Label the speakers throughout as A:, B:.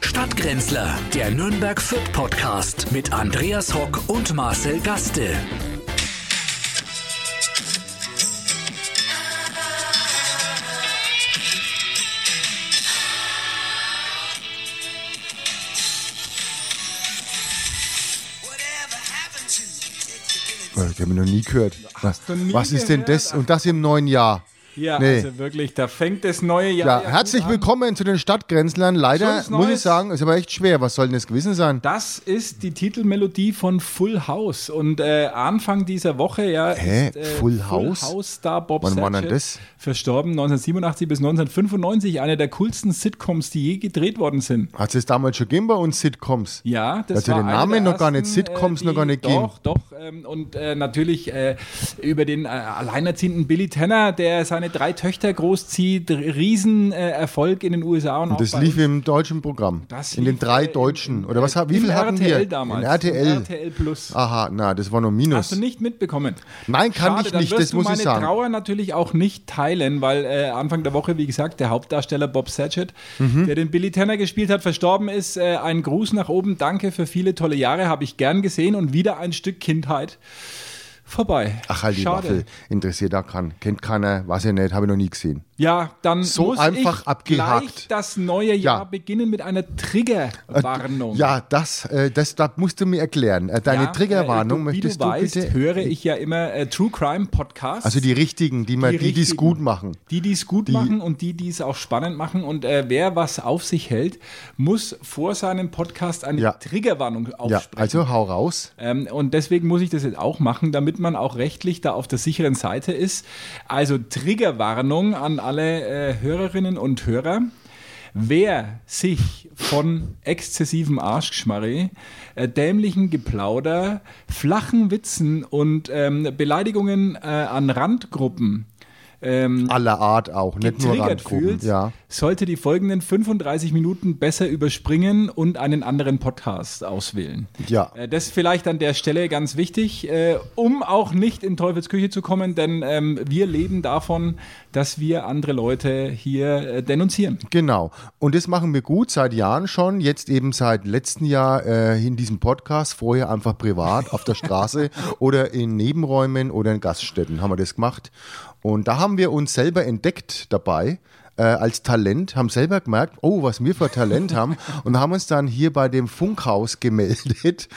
A: Stadtgrenzler, der Nürnberg Fit Podcast mit Andreas Hock und Marcel Gaste.
B: Äh, Ich habe ihn noch nie gehört. Was,
C: du nie
B: was ist denn
C: gehört?
B: das und das im neuen Jahr?
C: Ja,
B: Nee.
C: also wirklich, da fängt das neue
B: Ja,
C: Jahr. gut
B: herzlich
C: an.
B: willkommen zu den Stadtgrenzlern. Leider
C: Schönes
B: muss ich
C: Neues.
B: sagen, ist aber echt schwer. Was soll denn das gewesen sein?
C: Das ist die Titelmelodie von Full House. Und äh, Anfang dieser Woche, ja,
B: Hä?
C: ist äh,
B: Full House?
C: Full House Star Bob
B: Wann war
C: Saget,
B: denn das?
C: verstorben 1987 bis 1995, eine der coolsten Sitcoms, die je gedreht worden sind.
B: Hat es damals schon gegeben bei uns Sitcoms?
C: Ja,
B: Da hat's
C: das
B: ja
C: war
B: den
C: eine
B: Namen
C: der
B: noch gar nicht,
C: ersten,
B: Sitcoms
C: äh,
B: noch gar nicht
C: die- Doch, doch. Ähm, und äh, natürlich äh, über den äh, alleinerziehenden Billy Tanner, der seine drei Töchter großzieht, r- Riesenerfolg äh, Erfolg in den USA und, auch
B: Das
C: bei
B: lief
C: uns.
B: im deutschen Programm.
C: Das
B: in den
C: lief,
B: drei
C: äh, in-
B: deutschen. Oder was hat- wie
C: im
B: viel hatten
C: RTL
B: wir?
C: damals.
B: In RTL.
C: Im RTL Plus.
B: Aha, na, das war nur Minus.
C: Hast du nicht mitbekommen?
B: Nein, kann
C: Schade,
B: ich nicht,
C: dann wirst
B: das muss
C: du
B: ich
C: meine
B: sagen.
C: Trauer natürlich auch nicht teilen, weil äh, Anfang der Woche, wie gesagt, der Hauptdarsteller Bob Saget,
B: Mhm.
C: der den Billy Tanner gespielt hat, verstorben ist. Äh, ein Gruß nach oben, danke für viele tolle Jahre, habe ich gern gesehen und wieder ein Stück Kindheit vorbei.
B: Ach, halt die
C: Schade.
B: Waffel. Interessiert da kann. Kennt keiner, weiß ich nicht, habe ich noch nie gesehen.
C: Ja, dann
B: So
C: muss
B: einfach
C: ich
B: abgehakt.
C: gleich das neue Jahr
B: Ja. Äh,
C: beginnen mit einer Triggerwarnung.
B: Ja, das, äh, das, das musst du mir erklären. Äh, Deine
C: Ja,
B: Triggerwarnung
C: äh, du, wie
B: möchtest
C: du, weißt,
B: bitte.
C: höre ich ja immer äh, True Crime Podcasts.
B: Also die richtigen, die man- die es
C: richtigen.
B: gut machen.
C: Die, die es gut machen und die, die es auch spannend machen. Und äh, wer was auf sich hält, muss vor seinem Podcast eine
B: Ja.
C: Triggerwarnung
B: Ja,
C: aussprechen.
B: also hau raus.
C: Ähm, und deswegen muss ich das jetzt auch machen, damit man auch rechtlich da auf der sicheren Seite ist. Also Triggerwarnung an alle äh, Hörerinnen und Hörer. Wer sich von exzessivem Arschgeschmarre, äh, dämlichen Geplauder, flachen Witzen und ähm, Beleidigungen äh, an Randgruppen ähm,
B: Aller Art auch, nicht nur
C: getriggert
B: Randgruppen.
C: fühlst,
B: Ja.
C: sollte die folgenden 35 Minuten besser überspringen und einen anderen Podcast auswählen.
B: Ja.
C: Äh, Das vielleicht an der Stelle ganz wichtig, äh, um auch nicht in Teufelsküche zu kommen, denn ähm, wir leben davon, dass wir andere Leute hier äh, denunzieren.
B: Genau. Und das machen wir gut seit Jahren schon. Jetzt eben seit letztem Jahr äh, in diesem Podcast, vorher einfach privat auf der Straße oder in Nebenräumen oder in Gaststätten haben wir das gemacht. Und da haben wir uns selber entdeckt dabei. Äh, als Talent, haben selber gemerkt, oh, was wir für Talent haben und haben uns dann hier bei dem Funkhaus gemeldet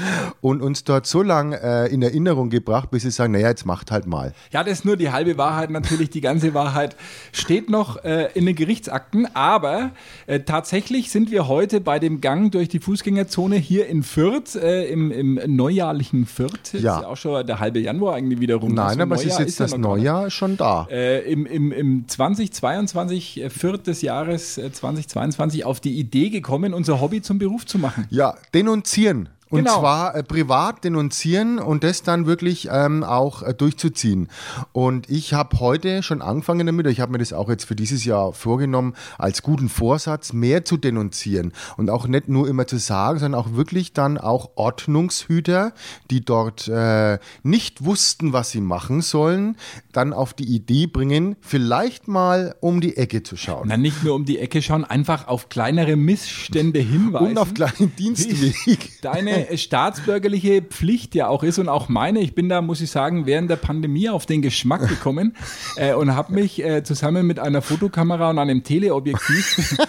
B: und uns dort so lange äh, in Erinnerung gebracht, bis sie sagen, naja, jetzt macht halt mal.
C: Ja, das ist nur die halbe Wahrheit, natürlich die ganze Wahrheit steht noch äh, in den Gerichtsakten, aber äh, tatsächlich sind wir heute bei dem Gang durch die Fußgängerzone hier in Fürth, äh, im, im neujahrlichen Fürth,
B: Ja.
C: ist ja auch schon der halbe Januar eigentlich wieder rum.
B: Nein,
C: Also
B: aber es ist
C: Neujahr
B: jetzt
C: ja
B: das
C: noch gar nicht.
B: Neujahr schon da.
C: Äh, im, im, Im 2022, äh, Fürth des Jahres äh, 2022 auf die Idee gekommen, unser Hobby zum Beruf zu machen.
B: Ja, denunzieren. Und
C: Genau.
B: zwar äh, privat denunzieren und das dann wirklich ähm, auch äh, durchzuziehen. Und ich habe heute schon angefangen damit, ich habe mir das auch jetzt für dieses Jahr vorgenommen, als guten Vorsatz mehr zu denunzieren. Und auch nicht nur immer zu sagen, sondern auch wirklich dann auch Ordnungshüter, die dort äh, nicht wussten, was sie machen sollen, dann auf die Idee bringen, vielleicht mal um die Ecke zu schauen.
C: Na, nicht nur um die Ecke schauen, einfach auf kleinere Missstände hinweisen.
B: und Um auf kleinen Dienstweg.
C: deine staatsbürgerliche Pflicht ja auch ist und auch meine. Ich bin da, muss ich sagen, während der Pandemie auf den Geschmack gekommen äh, und habe mich äh, zusammen mit einer Fotokamera und einem Teleobjektiv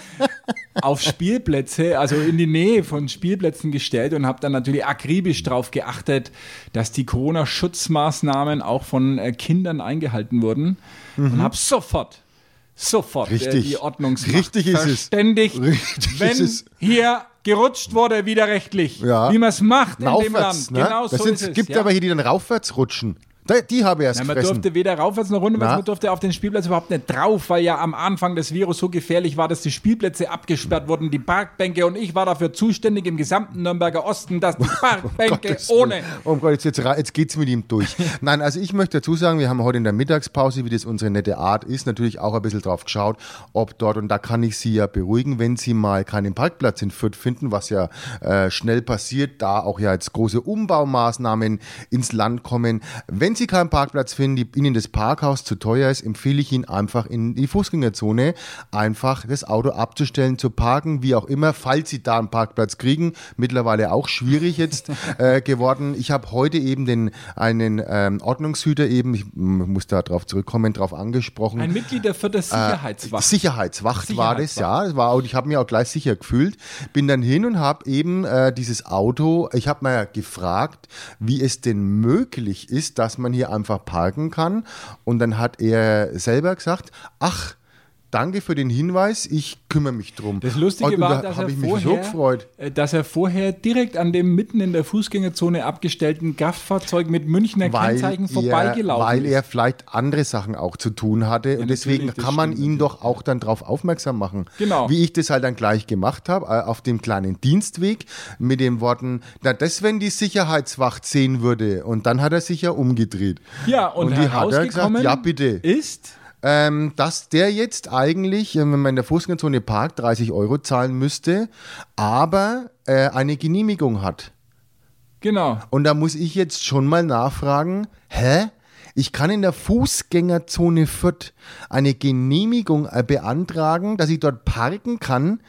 C: auf Spielplätze, also in die Nähe von Spielplätzen gestellt und habe dann natürlich akribisch darauf geachtet, dass die Corona-Schutzmaßnahmen auch von äh, Kindern eingehalten wurden und habe sofort Sofort äh,
B: Mhm. Richtig.
C: die Ordnungsmacht
B: Richtig ist es.
C: verständigt,
B: Richtig
C: wenn
B: ist es.
C: hier gerutscht wurde, widerrechtlich.
B: Ja.
C: Wie man es macht in dem
B: Raufwärts,
C: Land.
B: ne?
C: Genau
B: das
C: so
B: sind,
C: ist es.
B: gibt
C: ja.
B: aber hier, die dann raufwärts rutschen. Da, die habe ich erst
C: Nein, man
B: gefressen.
C: durfte weder raufwärts noch runterwärts,
B: Na?
C: man durfte auf den Spielplatz überhaupt nicht drauf, weil ja am Anfang das Virus so gefährlich war, dass die Spielplätze abgesperrt wurden, die Parkbänke und ich war dafür zuständig im gesamten Nürnberger Osten, dass die Parkbänke
B: Oh Gottes
C: ohne
B: Willen. Oh Gott, jetzt, jetzt, ra- jetzt geht's mit ihm durch. Nein, also ich möchte dazu sagen, wir haben heute in der Mittagspause, wie das unsere nette Art ist, natürlich auch ein bisschen drauf geschaut, ob dort, und da kann ich Sie ja beruhigen, wenn Sie mal keinen Parkplatz in Fürth finden, was ja äh, schnell passiert, da auch ja jetzt große Umbaumaßnahmen ins Land kommen. Wenn Wenn Sie keinen Parkplatz finden, die, Ihnen das Parkhaus zu teuer ist, empfehle ich Ihnen einfach in die Fußgängerzone einfach das Auto abzustellen, zu parken, wie auch immer, falls Sie da einen Parkplatz kriegen. Mittlerweile auch schwierig jetzt äh, geworden. Ich habe heute eben den einen ähm, Ordnungshüter eben, ich m- muss da drauf zurückkommen, drauf angesprochen.
C: Ein Mitglied der
B: Äh,
C: vierten Sicherheitswache.
B: Sicherheitswacht war das,
C: Sicherheitswacht.
B: ja. Das war, auch- ich habe mich auch gleich sicher gefühlt. Bin dann hin und habe eben äh, dieses Auto, ich habe mal gefragt, wie es denn möglich ist, dass man hier einfach parken kann. Und dann hat er selber gesagt, ach, danke für den Hinweis, ich kümmere mich drum.
C: Das Lustige
B: und,
C: war,
B: da
C: dass
B: habe
C: er,
B: ich mich so
C: vorher,
B: gefreut.
C: äh, dass er vorher direkt an dem mitten in der Fußgängerzone abgestellten Gafffahrzeug mit Münchner Kennzeichen vorbeigelaufen
B: er, weil
C: ist.
B: er vielleicht andere Sachen auch zu tun hatte und deswegen
C: natürlich, das
B: kann man
C: stimmt
B: ihn
C: natürlich.
B: doch auch dann darauf aufmerksam machen.
C: Genau.
B: Wie ich das halt dann gleich gemacht habe, äh, auf dem kleinen Dienstweg mit den Worten, na das, wenn die Sicherheitswacht sehen würde und dann hat er sich ja umgedreht.
C: Ja, und,
B: und die hat er
C: herausgekommen
B: gesagt, ja bitte.
C: ist,
B: Ähm, dass der jetzt eigentlich, äh, wenn man in der Fußgängerzone parkt, 30 Euro zahlen müsste, aber äh, eine Genehmigung hat.
C: genau,
B: Und da muss ich jetzt schon mal nachfragen, hä? Ich kann in der Fußgängerzone Fürth eine Genehmigung äh, beantragen, dass ich dort parken kann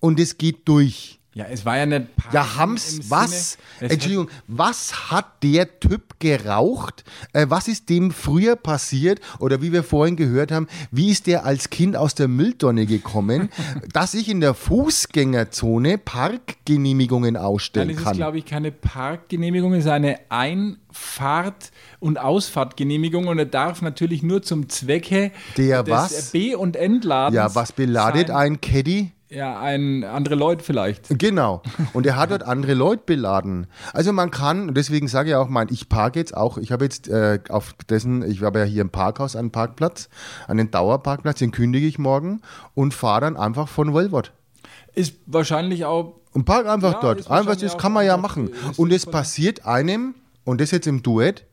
B: und es geht durch.
C: ja, es war ja nicht Parken
B: Ja, Hams,
C: Ah, im
B: was?
C: Sinne- es
B: Entschuldigung, was hat der Typ geraucht? Äh, was ist dem früher passiert? Oder wie wir vorhin gehört haben, wie ist der als Kind aus der Mülltonne gekommen, dass ich in der Fußgängerzone Parkgenehmigungen
C: Dann
B: ausstellen
C: ist es,
B: kann?
C: glaube ich, keine Parkgenehmigung, es ist eine Einfahrt- und Ausfahrtgenehmigung und er darf natürlich nur zum Zwecke
B: Der
C: des
B: was?
C: B- und Entladens.
B: ja, was beladet
C: sein.
B: ein Caddy?
C: Ja, ein andere Leute vielleicht.
B: Genau. Und er hat dort andere Leute beladen. Also man kann, und deswegen sage ich auch mal, ich parke jetzt auch, ich habe jetzt äh, auf dessen, ich habe ja hier im Parkhaus einen Parkplatz, einen Dauerparkplatz, den kündige ich morgen und fahre dann einfach von Wolvort.
C: Ist wahrscheinlich auch
B: Und park einfach
C: Ja,
B: dort.
C: ist
B: Einfach,
C: wahrscheinlich
B: das
C: auch
B: kann man ja
C: einfach,
B: machen.
C: äh, ist
B: Und es
C: sinnvoll.
B: passiert einem, und das jetzt im Duett,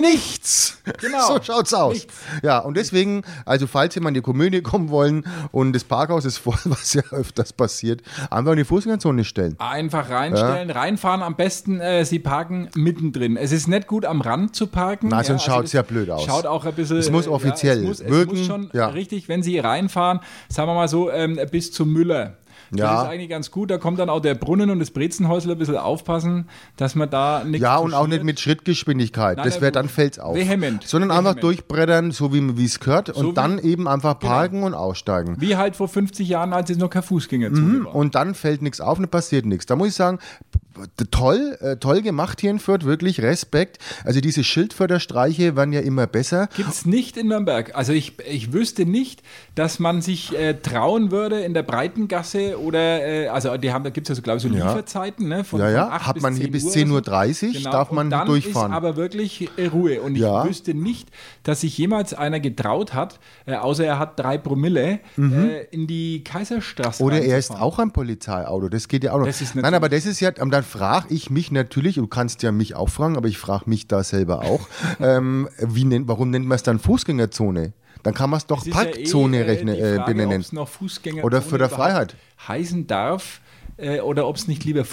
C: nichts.
B: so schaut's aus.
C: Genau. Nichts.
B: Ja, und deswegen, also falls ihr mal in die Komödie kommen wollen und das Parkhaus ist voll, was ja öfters passiert, einfach in die Fußgängerzone stellen.
C: Einfach reinstellen, reinfahren. Am besten, äh, sie parken mittendrin. Es ist nicht gut, am Rand zu parken. also
B: Na, sonst schaut's
C: das
B: ja blöd aus.
C: Schaut auch ein bisschen.
B: Es muss
C: äh,
B: offiziell
C: ja, es muss, es
B: wirken,
C: muss schon
B: ja.
C: richtig, wenn sie reinfahren, sagen wir mal so, ähm, bis zum Müller. Das
B: Ja.
C: ist eigentlich ganz gut. Da kommt dann auch der Brunnen und das Brezenhäusler ein bisschen aufpassen, dass man da nichts.
B: Ja, und auch nicht
C: touchiert.
B: mit Schrittgeschwindigkeit.
C: Nein,
B: das
C: nein,
B: wäre dann fällt's auf.
C: vehement,
B: Sondern einfach
C: vehement.
B: durchbrettern, so wie es gehört, und
C: wie- Genau.
B: dann eben einfach parken und aussteigen.
C: Wie halt vor 50 Jahren, als es noch kein Fußgänger
B: Mhm.
C: war.
B: Und dann fällt nichts auf, und passiert nichts. Da muss ich sagen, p- toll, äh, toll gemacht hier in Fürth, wirklich Respekt. Also diese Schildförderstreiche werden ja immer besser.
C: Gibt es nicht in Nürnberg. Also ich, ich wüsste nicht, dass man sich äh, trauen würde in der Breitengasse oder, äh, also die haben, da gibt es ja so, glaube ich, so Lieferzeiten, ne? Von,
B: Ja, ja.
C: von acht
B: Hat man hier bis 10.30 Uhr,
C: oder so. Genau.
B: darf man
C: und dann
B: durchfahren.
C: Ist aber wirklich äh, Ruhe. Und ich
B: Ja.
C: wüsste nicht, dass sich jemals einer getraut hat, äh, außer er hat drei Promille, äh, in die Kaiserstraße.
B: Mhm. Oder er ist
C: reinzufahren.
B: auch ein Polizeiauto, das geht ja auch noch.
C: Das ist
B: Nein,
C: natürlich-
B: aber das ist ja, und dann frage ich mich natürlich, du kannst ja mich auch fragen, aber ich frage mich da selber auch, ähm, wie nennt, warum nennt man es dann Fußgängerzone? Dann kann man es doch
C: Es ist
B: Parkzone
C: ja eh,
B: rechnen,
C: die
B: äh,
C: Frage,
B: benennen.
C: ob's Noch Fußgänger
B: Oder für der Freiheit.
C: Heißen darf äh, oder ob es nicht lieber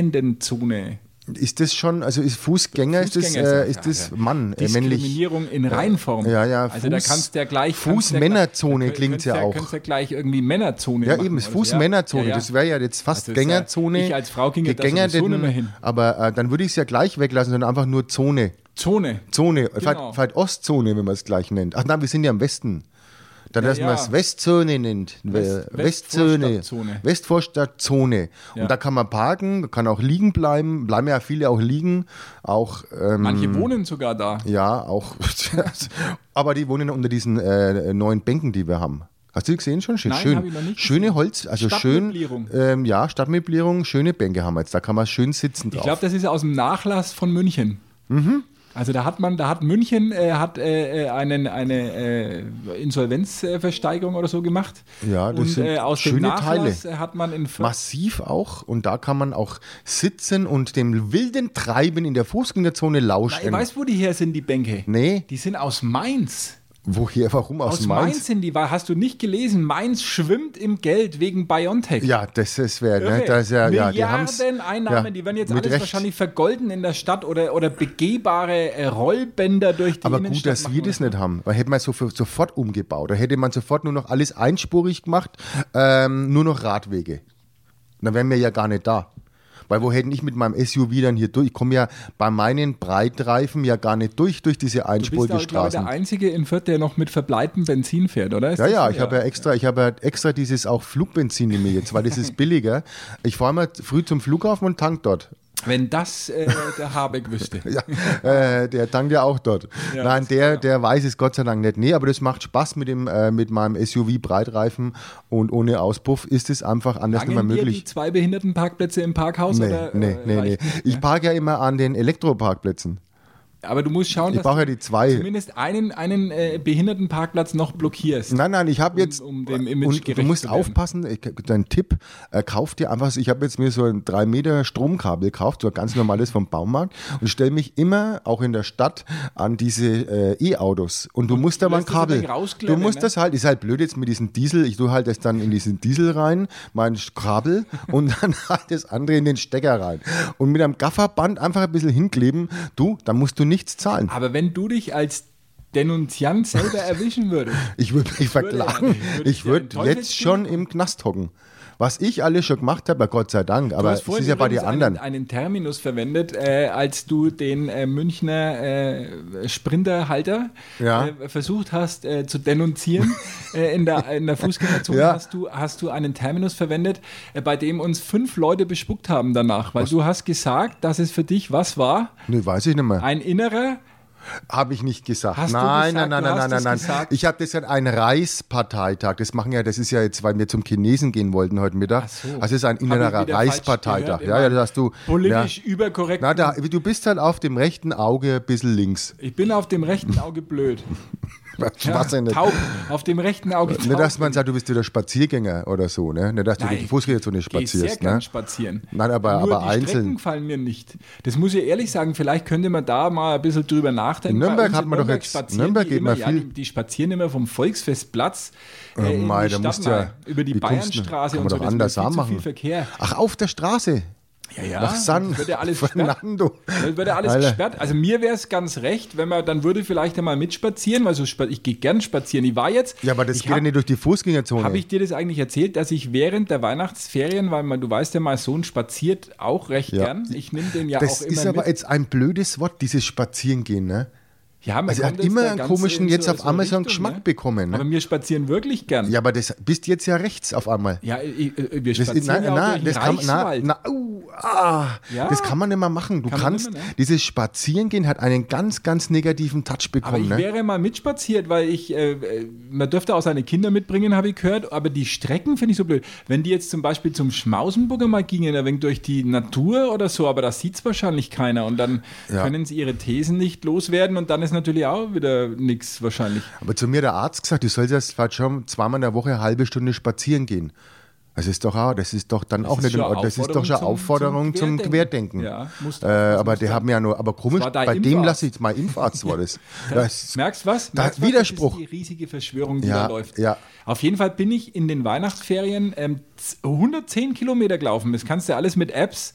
C: Fußgehendenzone
B: Ist das schon, also ist Fußgänger, ist das,
C: Fußgänger
B: äh,
C: ist
B: ist das
C: ja, ja.
B: Mann, äh, männlich?
C: Diskriminierung in Reinform.
B: Ja, ja,
C: Also da
B: Fuß-
C: kannst du ja gleich.
B: Fußmännerzone
C: klingt
B: klingt's ja auch.
C: Kannst ja gleich irgendwie Männerzone.
B: Ja,
C: machen
B: eben, ist
C: oder so, also, ja.
B: Fußmännerzone.
C: Ja, ja.
B: Das wäre ja jetzt fast
C: Also ist ja-
B: Gängerzone.
C: ich als Frau ginge da sowieso nicht mehr hin.
B: Aber äh, dann würde ich es ja gleich weglassen, sondern einfach nur Zone.
C: Zone.
B: Zone,
C: Genau.
B: vielleicht, vielleicht Ostzone, wenn man es gleich nennt. Ach nein, wir sind ja im Westen. Dann, dass
C: ja.
B: man es Westzone nennt.
C: West-
B: Westzone.
C: Westvorstadtzone.
B: Westvorstadtzone.
C: Ja.
B: Und da kann man parken, kann auch liegen bleiben. Bleiben ja viele auch liegen. Auch, ähm,
C: Manche wohnen sogar da.
B: ja, auch. aber die wohnen unter diesen äh, neuen Bänken, die wir haben. Hast du die gesehen schon? Schön.
C: Nein,
B: schön.
C: hab ich noch nicht
B: Schöne Holz, also schön.
C: Stadtmöblierung.
B: Ähm, ja, Stadtmöblierung, schöne Bänke haben wir jetzt. Da kann man schön sitzen drauf.
C: Ich glaube, das ist aus dem Nachlass von München.
B: Mhm.
C: Also da hat man, da hat München äh, hat äh, äh, einen, eine äh, Insolvenzversteigerung oder so gemacht.
B: Ja, das
C: Und
B: sind
C: äh, aus dem
B: schöne
C: Nachlass äh, hat man in Fürth
B: massiv auch und da kann man auch sitzen und dem wilden Treiben in der Fußgängerzone lauschen.
C: Ich weiß, wo die her sind, die Bänke.
B: Nee.
C: Die sind aus Mainz.
B: Woher, warum? Aus,
C: Aus Mainz sind die, war, hast du nicht gelesen, Mainz schwimmt im Geld wegen BioNTech.
B: Ja, das ist wer, ne?
C: Irre.
B: Das ist ja, ja, die haben's.
C: Milliarden Einnahmen,
B: ja,
C: die werden jetzt
B: mit
C: alles
B: Recht.
C: wahrscheinlich vergolden in der Stadt oder, oder begehbare äh, Rollbänder durch die
B: Aber gut,
C: Innenstadt
B: dass
C: machen
B: wir das nicht haben, weil hätte man so für, sofort umgebaut. Da hätte man sofort nur noch alles einspurig gemacht, ähm, nur noch Radwege. Dann wären wir ja gar nicht da. Weil wo hätten ich mit meinem SUV dann hier durch? Ich komme ja bei meinen Breitreifen ja gar nicht durch, durch diese
C: Du bist
B: einspurigen
C: aber, glaube ich,
B: Straßen.
C: der Einzige in Fürth, der noch mit verbleitem Benzin fährt, oder? Ist
B: Ja,
C: das
B: ja,
C: so?
B: ich habe ja extra, ich habe ja extra dieses auch Flugbenzin in mir jetzt, weil das ist billiger. Ich fahre mal früh zum Flughafen und tank dort.
C: Wenn das äh, der Habeck wüsste.
B: Ja, äh, der tankt ja auch dort.
C: Ja,
B: Nein,
C: das
B: der, der weiß es Gott sei Dank nicht. Nee, aber das macht Spaß mit, dem, äh, mit meinem SUV Breitreifen und ohne Auspuff ist es einfach anders nicht mehr
C: Langen dir die
B: möglich.
C: zwei Behindertenparkplätze im Parkhaus?
B: Nee,
C: oder,
B: nee,
C: äh,
B: nee, nee.
C: reicht nicht?
B: Ich parke ja immer an den Elektroparkplätzen.
C: Aber du musst schauen,
B: Ich brauche ja
C: du
B: die zwei.
C: zumindest einen, einen äh, Behindertenparkplatz noch blockierst.
B: Nein, nein, ich habe jetzt.
C: um dem Image
B: und du
C: gerecht
B: musst
C: zu werden.
B: aufpassen, ich- dein Tipp, äh, kauf dir einfach, so- ich habe jetzt mir so ein 3 Meter Stromkabel gekauft, so ein ganz normales vom Baumarkt und stelle mich immer, auch in der Stadt, an diese äh, E-Autos. Und du musst da mal ein
C: lässt das ein
B: Kabel.
C: wenig
B: Du
C: rausklemmen,
B: musst
C: ne?
B: das halt, ist halt blöd jetzt mit diesem Diesel, ich tue halt das dann in diesen Diesel rein, mein Kabel und dann halt das andere in den Stecker rein. Und mit einem Gafferband einfach ein bisschen hinkleben, du, dann musst du nichts zahlen.
C: Aber wenn du dich als Denunziant selber erwischen würdest,
B: Ich würde mich
C: würde ja
B: verklagen.
C: nicht. Würde ich
B: Ich
C: ja
B: würde
C: in den
B: jetzt
C: Teufelskind
B: schon im Knast hocken. Was ich alles schon gemacht habe, Gott sei Dank,
C: Du
B: aber
C: hast
B: es
C: vorhin
B: ist ja bei
C: übrigens
B: den anderen.
C: Einen, einen Terminus verwendet, äh, als du den äh, Münchner äh, Sprinterhalter
B: Ja.
C: äh, versucht hast äh, zu denunzieren äh, in, der, in der Fußgängerzone.
B: Ja.
C: Hast, du, hast du einen Terminus verwendet, äh, bei dem uns fünf Leute bespuckt haben danach, weil du hast gesagt, dass es für dich was war?
B: Nö, weiß ich nicht mehr.
C: Ein innerer
B: Habe ich nicht gesagt.
C: Hast du
B: nein,
C: gesagt,
B: nein,
C: du
B: nein, nein,
C: hast
B: nein,
C: es
B: nein, nein.
C: gesagt?
B: Ich habe deshalb einen Reichsparteitag. Das machen ja, das ist ja jetzt, weil wir zum Chinesen gehen wollten heute Mittag.
C: Ach so.
B: Also es ist ein
C: Hab ich
B: innerer
C: wieder falsch
B: Reichsparteitag.
C: gehört in
B: Ja, ja,
C: meinem
B: das hast du.
C: politisch
B: Ja.
C: überkorrekt.
B: Na, da, du bist halt auf dem rechten Auge ein bisschen links.
C: ich bin auf dem rechten Auge blöd.
B: Was denn nicht?
C: taub. Auf dem rechten Auge taub.
B: Nicht, dass man sagt, du bist wieder Spaziergänger oder so, ne? Nicht, dass du durch die Fußgängerzone
C: Geh ich sehr
B: spazierst,
C: gern
B: ne?
C: spazieren.
B: Nein, aber-
C: Nur
B: aber
C: die
B: einzeln.
C: Strecken fallen mir nicht. Das muss ich ehrlich sagen, vielleicht könnte man da mal ein bisschen drüber nachdenken.
B: In
C: Bei
B: Nürnberg
C: uns
B: hat
C: in
B: man doch
C: Nürnberg
B: jetzt-
C: spazieren
B: Nürnberg
C: die
B: geht
C: immer,
B: man viel-
C: Ja, die, die spazieren immer vom Volksfestplatz äh,
B: Oh
C: in
B: mei,
C: die
B: da
C: Stadt
B: musst du ja-
C: rein, über die
B: wie kommst du-
C: Bayernstraße
B: kann man
C: und so.
B: doch
C: das
B: anders
C: ist viel zu
B: machen.
C: viel Verkehr.
B: Ach, auf der Straße.
C: Ja, ja.
B: Nach San
C: das wird ja alles gesperrt.
B: Fernando.
C: Dann wird ja alles
B: Alter.
C: gesperrt. Also mir wäre es ganz recht, wenn man, dann würde vielleicht einmal mitspazieren, weil so, spa- ich gehe gern spazieren. Ich war jetzt.
B: Ja, aber das
C: ich
B: geht ja nicht durch die Fußgängerzone.
C: Habe ich dir das eigentlich erzählt, dass ich während der Weihnachtsferien, weil man, du weißt ja, mein Sohn spaziert auch recht
B: Ja.
C: gern. Ich nehme den ja
B: das
C: auch
B: ist
C: immer
B: aber
C: mit.
B: jetzt ein blödes Wort, dieses Spazierengehen, ne?
C: Ja, man
B: also er hat
C: kommt jetzt
B: immer
C: da
B: einen
C: ganz
B: komischen
C: in
B: jetzt auf einmal so einen
C: Richtung,
B: Geschmack bekommen, ne?
C: Aber wir spazieren wirklich gern.
B: Ja, aber das bist jetzt ja rechts auf einmal.
C: Ja, ich, ich- wir
B: Das,
C: spazieren
B: ist- nein,
C: ja auch
B: nein,
C: durch
B: das
C: den
B: kann, na,
C: Reichswald.
B: na, au, ah,
C: Ja.
B: das kann man nicht mehr machen. Du
C: Kann man
B: kannst,
C: nicht mehr, ne?
B: dieses Spazierengehen hat einen ganz, ganz negativen Touch
C: aber
B: bekommen.
C: ich
B: Ne?
C: wäre mal mitspaziert, weil ich, äh, äh, man dürfte auch seine Kinder mitbringen, habe ich gehört, aber die Strecken finde ich so blöd. Wenn die jetzt zum Beispiel zum Schmausenburger mal gingen, da wenig durch die Natur oder so, aber da sieht es wahrscheinlich keiner und dann
B: Ja.
C: können sie ihre Thesen nicht loswerden und dann ist natürlich auch wieder nichts wahrscheinlich.
B: Aber zu mir der Arzt gesagt, du sollst jetzt vielleicht schon zweimal in der Woche eine halbe Stunde spazieren gehen. Also Das ist doch auch, das ist doch dann auch
C: ist
B: nicht in
C: schon
B: Ordnung. Das ist doch schon eine Aufforderung
C: Aufforderung
B: zum,
C: zum- zum
B: Querdenken.
C: Querdenken. Ja, musst du-
B: äh, aber die haben ja nur, aber komisch,
C: war
B: bei
C: dein
B: dem
C: Impfarzt.
B: lasse ich mein Impfarzt war das. das
C: Merkst was?
B: Da-
C: Merkst was?
B: Widerspruch.
C: Das ist die riesige Verschwörung, die
B: Ja,
C: da läuft.
B: ja.
C: Auf jeden Fall bin ich in den Weihnachtsferien ähm, z- 110 Kilometer gelaufen. Das kannst du alles mit Apps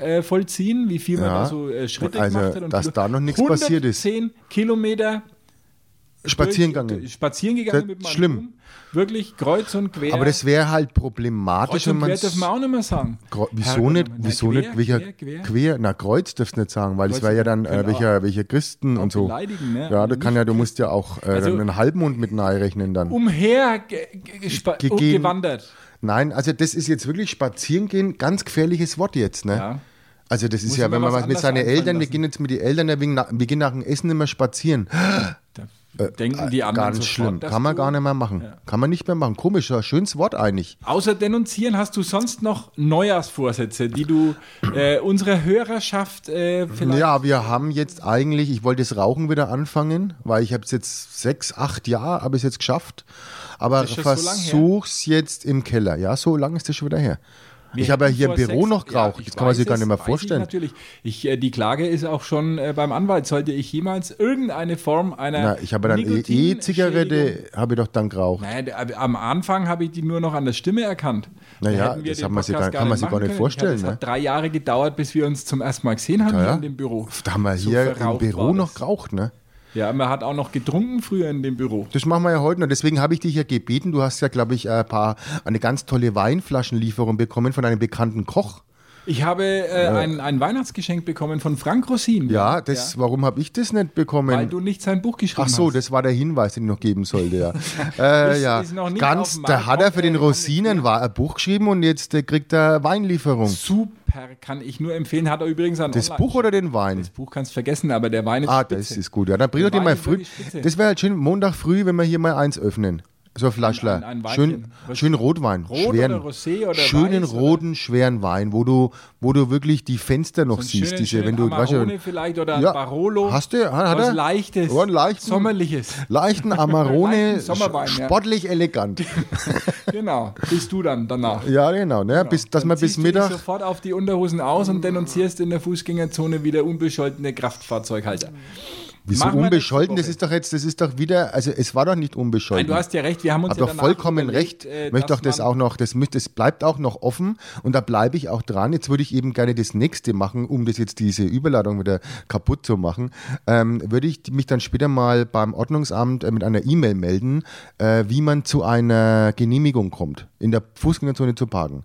C: nachvollziehen, wie viel man
B: Ja.
C: da so äh, Schritte
B: Also,
C: gemacht hat. und
B: dass
C: Kilo-
B: da noch nichts passiert ist.
C: 110 Kilometer
B: spazieren
C: durch-
B: gegangen.
C: Spazieren gegangen
B: Das-
C: mit meinem
B: schlimm.
C: Sohn. Wirklich kreuz und quer.
B: Aber das wäre halt
C: kreuz
B: problematisch, wenn
C: und
B: man
C: quer dürfen wir auch nicht mehr sagen.
B: Wieso
C: Herrgott,
B: nicht?
C: Mann,
B: Wieso
C: quer,
B: nicht? Welcher
C: quer, quer.
B: Na, Kreuz dürfst du nicht sagen, weil es
C: Kreuz
B: wäre ja dann äh,
C: können
B: welcher, welcher Christen und so.
C: beleidigen, ne?
B: Ja,
C: Aber
B: du kann
C: nicht
B: ja, du musst ja auch äh,
C: Also-
B: dann einen Halbmond mit nahe rechnen dann.
C: Umher ge- ge- spa-
B: Gegeben.
C: gewandert.
B: Nein, also das ist jetzt wirklich spazieren gehen, ganz gefährliches Wort jetzt, ne?
C: Ja.
B: Also das ist
C: Muss
B: ja,
C: man
B: wenn man
C: was
B: was mit
C: anderes
B: seinen
C: einfallen
B: Eltern, wir
C: lassen.
B: gehen jetzt mit den Eltern, wir gehen nach- wir gehen nach dem Essen immer spazieren.
C: Da denken die anderen
B: Ganz
C: sofort,
B: schlimm,
C: dass
B: kann man
C: du-
B: gar Äh, nicht mehr machen. Kann man nicht mehr machen. Komisch, ja, schönes Wort eigentlich.
C: Außer denunzieren, hast du sonst noch Neujahrsvorsätze, die du äh, unserer Hörerschaft äh, vielleicht.
B: Ja, wir haben jetzt eigentlich, ich wollte das Rauchen wieder anfangen, weil ich habe es jetzt sechs, acht Jahre, habe ich es jetzt geschafft. Aber
C: ist schon so lang her.
B: versuch's jetzt im Keller. Ja, so lang ist das schon wieder her. Ich habe ja hier im
C: Vor
B: Büro
C: sechs-
B: noch geraucht.
C: ich
B: das kann man sich
C: weiß
B: gar
C: es,
B: nicht mehr
C: weiß
B: vorstellen.
C: Ich natürlich. Ich, äh, die Klage ist auch schon äh, beim Anwalt. Sollte ich jemals irgendeine Form einer.
B: Na, ich habe dann eh-
C: Nikotin-
B: E-Zigarette, habe ich doch dann geraucht.
C: Naja, d- äh, am Anfang habe ich die nur noch an der Stimme erkannt. Da
B: Naja,
C: hätten wir
B: das
C: den
B: hat man sich
C: Podcast
B: gar- kann man sich gar
C: machen
B: nicht
C: können. Ich hatte-
B: vorstellen,
C: Es hat
B: ne?
C: drei Jahre gedauert, bis wir uns zum ersten Mal gesehen haben
B: Ja,
C: hier
B: ja.
C: in dem Büro.
B: Da haben wir
C: So
B: hier im
C: verraucht
B: Büro
C: war
B: noch
C: das.
B: geraucht, ne?
C: Ja, man hat auch noch getrunken früher in dem Büro.
B: Das machen wir ja heute noch. Deswegen habe ich dich ja gebeten. Du hast ja, glaube ich, ein paar, eine ganz tolle Weinflaschenlieferung bekommen von einem bekannten Koch.
C: Ich habe äh, ein, ein Weihnachtsgeschenk bekommen von Frank Rosin.
B: Ja, das, warum habe ich das nicht bekommen?
C: Weil du nicht sein Buch geschrieben
B: Ach so,
C: hast.
B: das war der Hinweis, den ich noch geben sollte, ja. äh,
C: Ist-
B: ja.
C: ist noch nicht auf
B: Ganz,
C: dem
B: da
C: Markt,
B: hat er für
C: kommt,
B: den
C: äh,
B: Rosinen war ein Buch geschrieben und jetzt äh, kriegt er Weinlieferung.
C: Super, kann ich nur empfehlen. Hat er übrigens ein
B: Das Buch oder den Wein?
C: Das Buch kannst vergessen, aber der Wein ist
B: Ah,
C: spitze.
B: das ist gut. Ja, dann bring doch
C: Der
B: den mal
C: Wein ist
B: früh.
C: wirklich spitze.
B: Das wäre halt schön, Montag früh, wenn wir hier mal eins öffnen. So ein Flaschler.
C: Ein- ein Weinchen.
B: schön, schön Rotwein.
C: Rot oder Rosé oder
B: schönen
C: Weiß oder-
B: roten, schweren Wein, wo du, wo du wirklich die Fenster noch
C: Einen
B: siehst.
C: schönen,
B: diese,
C: schönen
B: wenn du, weißt du,
C: Amarone vielleicht oder ein
B: Ja.
C: Barolo.
B: Hast du- hat- hat
C: was
B: er?
C: leichtes,
B: Oh, einen leichten.
C: sommerliches.
B: leichten Amarone,
C: Leichten Sommerwein, ja.
B: sportlich elegant.
C: Genau, bist du dann danach.
B: Ja, genau. Ne? Bis, dass
C: Dann
B: man bis
C: ziehst du dich
B: Mittag.
C: sofort auf die Unterhosen aus und denunzierst in der Fußgängerzone wieder unbescholtene Kraftfahrzeughalter.
B: Wieso
C: Machen wir
B: unbescholten? Das
C: nächste
B: ist doch jetzt, das ist doch wieder, also es war doch nicht
C: Nein,
B: unbescholten.
C: du hast ja recht, wir haben uns
B: Hab
C: ja
B: doch
C: danach
B: vollkommen recht.
C: überlegt, äh,
B: Möchte
C: dass
B: doch das
C: man-
B: auch noch, das, müsste, das bleibt auch noch offen und da bleibe ich auch dran. Jetzt würde ich eben gerne das nächste machen, um das jetzt diese Überladung wieder kaputt zu machen. Ähm, würde ich mich dann später mal beim Ordnungsamt äh, mit einer E-Mail melden, äh, wie man zu einer Genehmigung kommt, in der Fußgängerzone zu parken.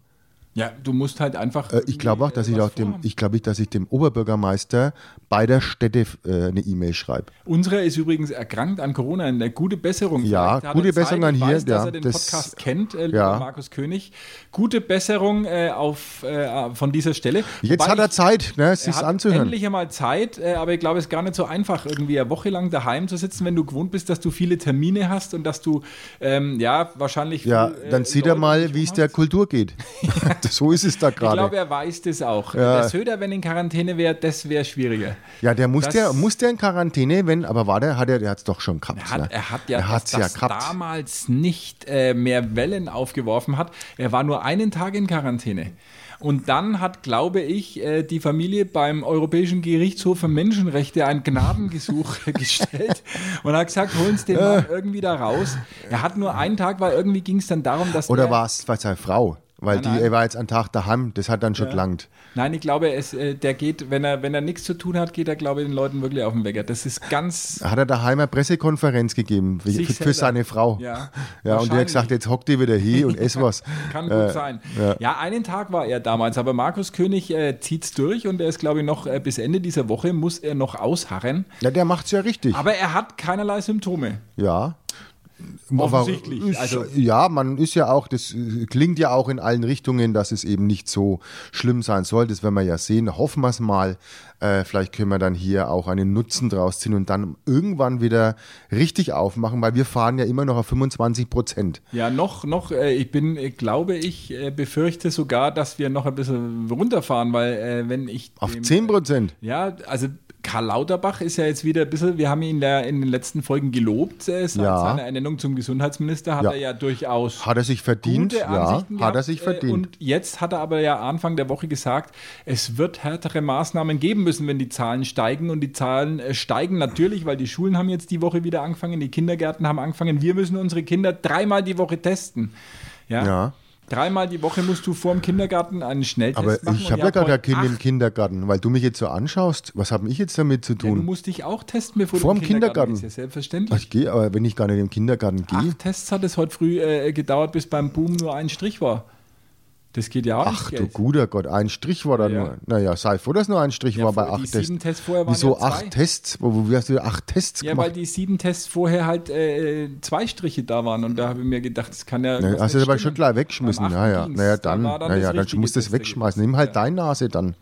C: Ja, du musst halt einfach.
B: Äh, ich glaube auch, dass ich auch dem, ich glaube, dass ich dem Oberbürgermeister beider Städte äh, eine E-Mail schreibe.
C: Unsere ist übrigens erkrankt an Corona. Eine gute Besserung.
B: Ja,
C: Vielleicht hat
B: gute
C: er Zeit.
B: Besserung an
C: ich
B: hier,
C: Weiß, dass
B: ja,
C: er den
B: das-
C: Podcast kennt, äh, lieber
B: ja.
C: Markus König. Gute Besserung äh, auf, äh, von dieser Stelle.
B: Jetzt
C: Wobei
B: hat er
C: ich-
B: Zeit, ne, es
C: er
B: ist
C: hat
B: anzuhören.
C: Endlich einmal Zeit, äh, aber ich glaube, es ist gar nicht so einfach, irgendwie eine Woche lang daheim zu sitzen, wenn du gewohnt bist, dass du viele Termine hast und dass du, ähm, ja, wahrscheinlich.
B: Ja,
C: viel, äh,
B: dann sieht er
C: Leute um
B: mal,
C: dich
B: wie
C: rum
B: es der
C: hast.
B: Kultur geht. so ist es da
C: Ich glaube,
B: gerade.
C: er weiß das auch.
B: Ja.
C: Der Söder, wenn in Quarantäne wäre, das wäre schwieriger.
B: Ja, der muss
C: das-
B: der, muss der in Quarantäne, wenn, aber war der, hat er, der hat es doch schon gehabt.
C: Er hat,
B: ne?
C: er hat ja,
B: er hat's
C: dass
B: ja
C: das
B: gehabt.
C: damals nicht äh, mehr Wellen aufgeworfen hat. Er war nur einen Tag in Quarantäne. Und dann hat, glaube ich, äh, die Familie beim Europäischen Gerichtshof für Menschenrechte ein Gnadengesuch gestellt und hat gesagt, hol uns den
B: Äh.
C: Mann irgendwie da raus. Er hat nur einen Tag, weil irgendwie ging es dann darum, dass
B: Oder
C: der-
B: war es seine Frau? Weil
C: Nein,
B: die,
C: nein.
B: er war jetzt einen Tag daheim, das hat dann schon gelangt.
C: Nein, ich glaube, es, äh, der geht, wenn er, wenn er nichts zu tun hat, geht er, glaube ich, den Leuten wirklich auf den Wecker. Das ist ganz
B: Hat er daheim eine Pressekonferenz gegeben für,
C: Sich
B: für, für
C: selber.
B: seine Frau.
C: Ja,
B: ja und der hat
C: wahrscheinlich.
B: gesagt, jetzt hockt ihr wieder hier und ess was. Äh,
C: Kann gut sein. Ja. einen Tag war er damals, aber Markus König äh, zieht's durch und er ist, glaube ich, noch äh, bis Ende dieser Woche muss er noch ausharren.
B: Ja, der macht's ja richtig.
C: Aber er hat keinerlei Symptome.
B: Ja.
C: Offensichtlich,
B: Ist,
C: also-
B: ja, man ist ja auch, das äh, klingt ja auch in allen Richtungen, dass es eben nicht so schlimm sein soll. Das werden wir ja sehen. Hoffen wir es mal. Äh, vielleicht können wir dann hier auch einen Nutzen draus ziehen und dann irgendwann wieder richtig aufmachen, weil wir fahren ja immer noch auf 25 Prozent.
C: Ja, noch, noch, äh, ich bin, äh, glaube ich, äh, befürchte sogar, dass wir noch ein bisschen runterfahren, weil äh, wenn ich.
B: Auf
C: dem-
B: 10 Prozent.
C: Ja, also Karl Lauterbach ist ja jetzt wieder ein bisschen, wir haben ihn ja in den letzten Folgen gelobt. Äh, seit
B: Ja.
C: seiner Ernennung zum Gesundheitsminister hat
B: Ja.
C: er ja durchaus
B: Hat er sich verdient?
C: gute
B: Ja,
C: Ansichten
B: hat
C: gehabt,
B: er sich
C: äh,
B: verdient.
C: Und jetzt hat er aber ja Anfang der Woche gesagt, es wird härtere Maßnahmen geben müssen, wenn die Zahlen steigen. Und die Zahlen äh, steigen natürlich, weil die Schulen haben jetzt die Woche wieder angefangen, die Kindergärten haben angefangen. Wir müssen unsere Kinder dreimal die Woche testen. Ja.
B: Ja.
C: Dreimal die Woche musst du vor dem Kindergarten einen Schnelltest
B: aber
C: machen.
B: ich
C: und
B: habe ja gerade
C: heute
B: ein Kind
C: acht-
B: im Kindergarten, weil du mich jetzt so anschaust. Was habe ich jetzt damit zu
C: Ja, du
B: tun?
C: musst dich auch testen, bevor
B: Vor
C: du
B: dem
C: im
B: Kindergarten.
C: bist. Ja, selbstverständlich.
B: ich gehe, aber wenn ich gar nicht in den Kindergarten gehe.
C: Acht Tests hat es heute früh äh, gedauert, bis beim Boom nur ein Strich war. Das geht ja auch
B: Ach
C: nicht.
B: du
C: gell?
B: guter Gott, ein Strich war da
C: Ja.
B: nur. Naja, sei froh, dass nur ein Strich
C: Ja,
B: war bei
C: vor- die
B: acht Tests.
C: sieben Tests vorher waren
B: Wieso
C: ja zwei.
B: acht Tests? Wo, wo wie hast du acht Tests
C: Ja, weil
B: gemacht?
C: die sieben Tests vorher halt äh, zwei Striche da waren und da habe ich mir gedacht, das kann ja.
B: Ja,
C: was
B: Ne, hast du
C: nicht
B: aber
C: stimmen.
B: schon gleich weggeschmissen.
C: Am achten
B: Naja,
C: ging's.
B: naja,
C: Da
B: dann,
C: war
B: naja,
C: das
B: dann
C: richtige
B: musst du es
C: Testergebnis.
B: wegschmeißen. Nimm halt deine Nase dann.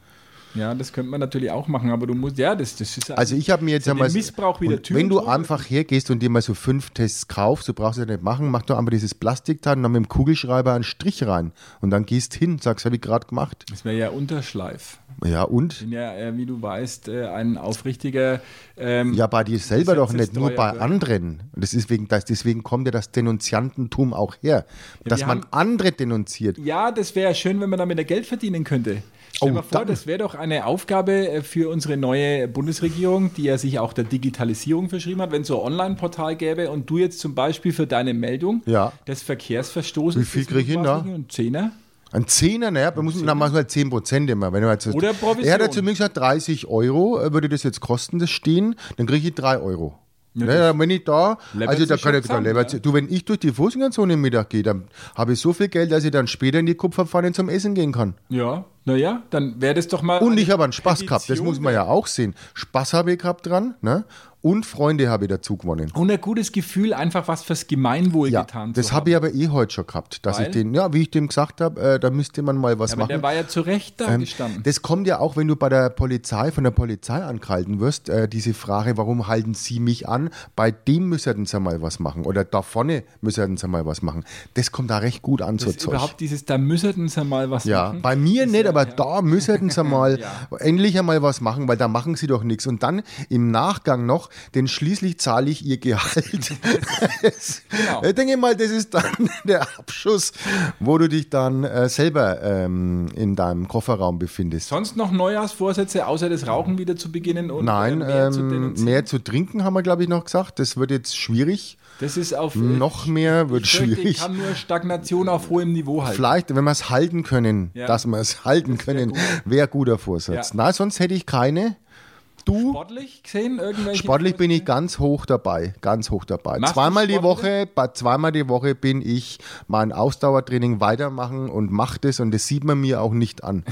C: Ja, das könnte man natürlich auch machen, aber du musst, ja, das, das ist
B: Also ich habe mir jetzt
C: ja
B: einmal.
C: den Missbrauch wieder
B: und wenn du
C: Türen-
B: einfach hergehst und dir mal so fünf Tests kaufst, du brauchst das nicht machen, mach doch einfach dieses Plastikteil und dann mit dem Kugelschreiber einen Strich rein und dann gehst hin, sagst, habe ich gerade gemacht.
C: Das wäre ja Unterschleif.
B: Ja und?
C: Bin ja, äh, wie du weißt, äh, ein aufrichtiger. Ähm,
B: Ja, bei dir selber doch nicht, nur bei
C: Gesetzestreuer.
B: anderen. Und Das ist wegen, das, deswegen kommt ja das Denunziantentum auch her, dass
C: wir
B: man
C: haben-
B: andere denunziert.
C: Ja, das wäre schön, wenn man damit Geld verdienen könnte. Stell
B: Oh,
C: dir mal vor,
B: dann.
C: das wäre doch eine Aufgabe äh, für unsere neue Bundesregierung, die ja sich auch der Digitalisierung verschrieben hat, wenn es so ein Online-Portal gäbe und du jetzt zum Beispiel für deine Meldung
B: Ja.
C: des Verkehrsverstoßes.
B: Wie viel krieg ich denn da?
C: Ein Zehner?
B: Ein Zehner, naja, wir müssen dann mal 10 Prozent immer. Wenn du jetzt,
C: Oder
B: Er hat ja
C: Provision.
B: zumindest gesagt, 30 Euro äh, würde das jetzt kosten, das Stehen, dann kriege ich 3 Euro. Ja, wenn ich da,
C: läppert
B: also da
C: sich
B: kann
C: schon
B: ich, da
C: zusammen,
B: läppert
C: ja.
B: sich- du, wenn ich durch die Fußgängerzone im Mittag gehe, dann habe ich so viel Geld, dass ich dann später in die Kupferpfanne zum Essen gehen kann.
C: Ja, naja, dann wäre das doch mal.
B: Und
C: eine
B: ich habe einen Spaß gehabt, das
C: Petition
B: muss man ja auch sehen. Spaß habe ich gehabt dran, ne? Und Freunde habe ich dazu gewonnen.
C: Und ein gutes Gefühl, einfach was fürs Gemeinwohl
B: Ja,
C: getan zu
B: das habe ich aber eh heute schon gehabt, dass
C: Weil?
B: ich den, ja, wie ich dem gesagt habe, äh, da müsste man mal was
C: Aber
B: machen. Ähm,
C: der war ja zu Recht da gestanden.
B: Das kommt ja auch, wenn du bei der Polizei, von der Polizei angehalten wirst, äh, diese Frage, warum halten sie mich an? Bei dem müssen sie mal was machen oder da vorne müssen sie mal was machen. Das kommt da recht gut an, so
C: Das ist
B: Zeug.
C: überhaupt dieses, da müssten sie mal was
B: Ja,
C: machen.
B: bei mir nicht, aber da müssten sie mal endlich einmal was machen, weil da machen sie doch nichts. Und dann im Nachgang noch, denn schließlich zahle ich ihr Gehalt.
C: Genau.
B: Ich denke mal, das ist dann der Abschuss, wo du dich dann äh, selber ähm, in deinem Kofferraum befindest.
C: Sonst noch Neujahrsvorsätze, außer das Rauchen wieder zu beginnen und
B: Nein,
C: äh, mehr
B: ähm,
C: zu denunzieren?
B: mehr zu trinken haben wir, glaube ich, noch gesagt. Das wird jetzt schwierig.
C: Das ist auf äh,
B: Noch mehr wird
C: ich fürchte, ich
B: schwierig.
C: kann nur Stagnation auf hohem Niveau halten.
B: Vielleicht, wenn wir es halten können,
C: Halt. Ja.
B: dass wir es halten können, wäre guter Vorsatz.
C: Ja.
B: Na, sonst hätte ich keine. Du,
C: Sportlich gesehen irgendwelche.
B: sportlich bin ich ganz hoch dabei, ganz hoch dabei.
C: Machst du
B: zweimal die
C: Sport
B: Woche, bei zweimal die Woche bin ich mein Ausdauertraining weitermachen und mache das und das sieht man mir auch nicht an.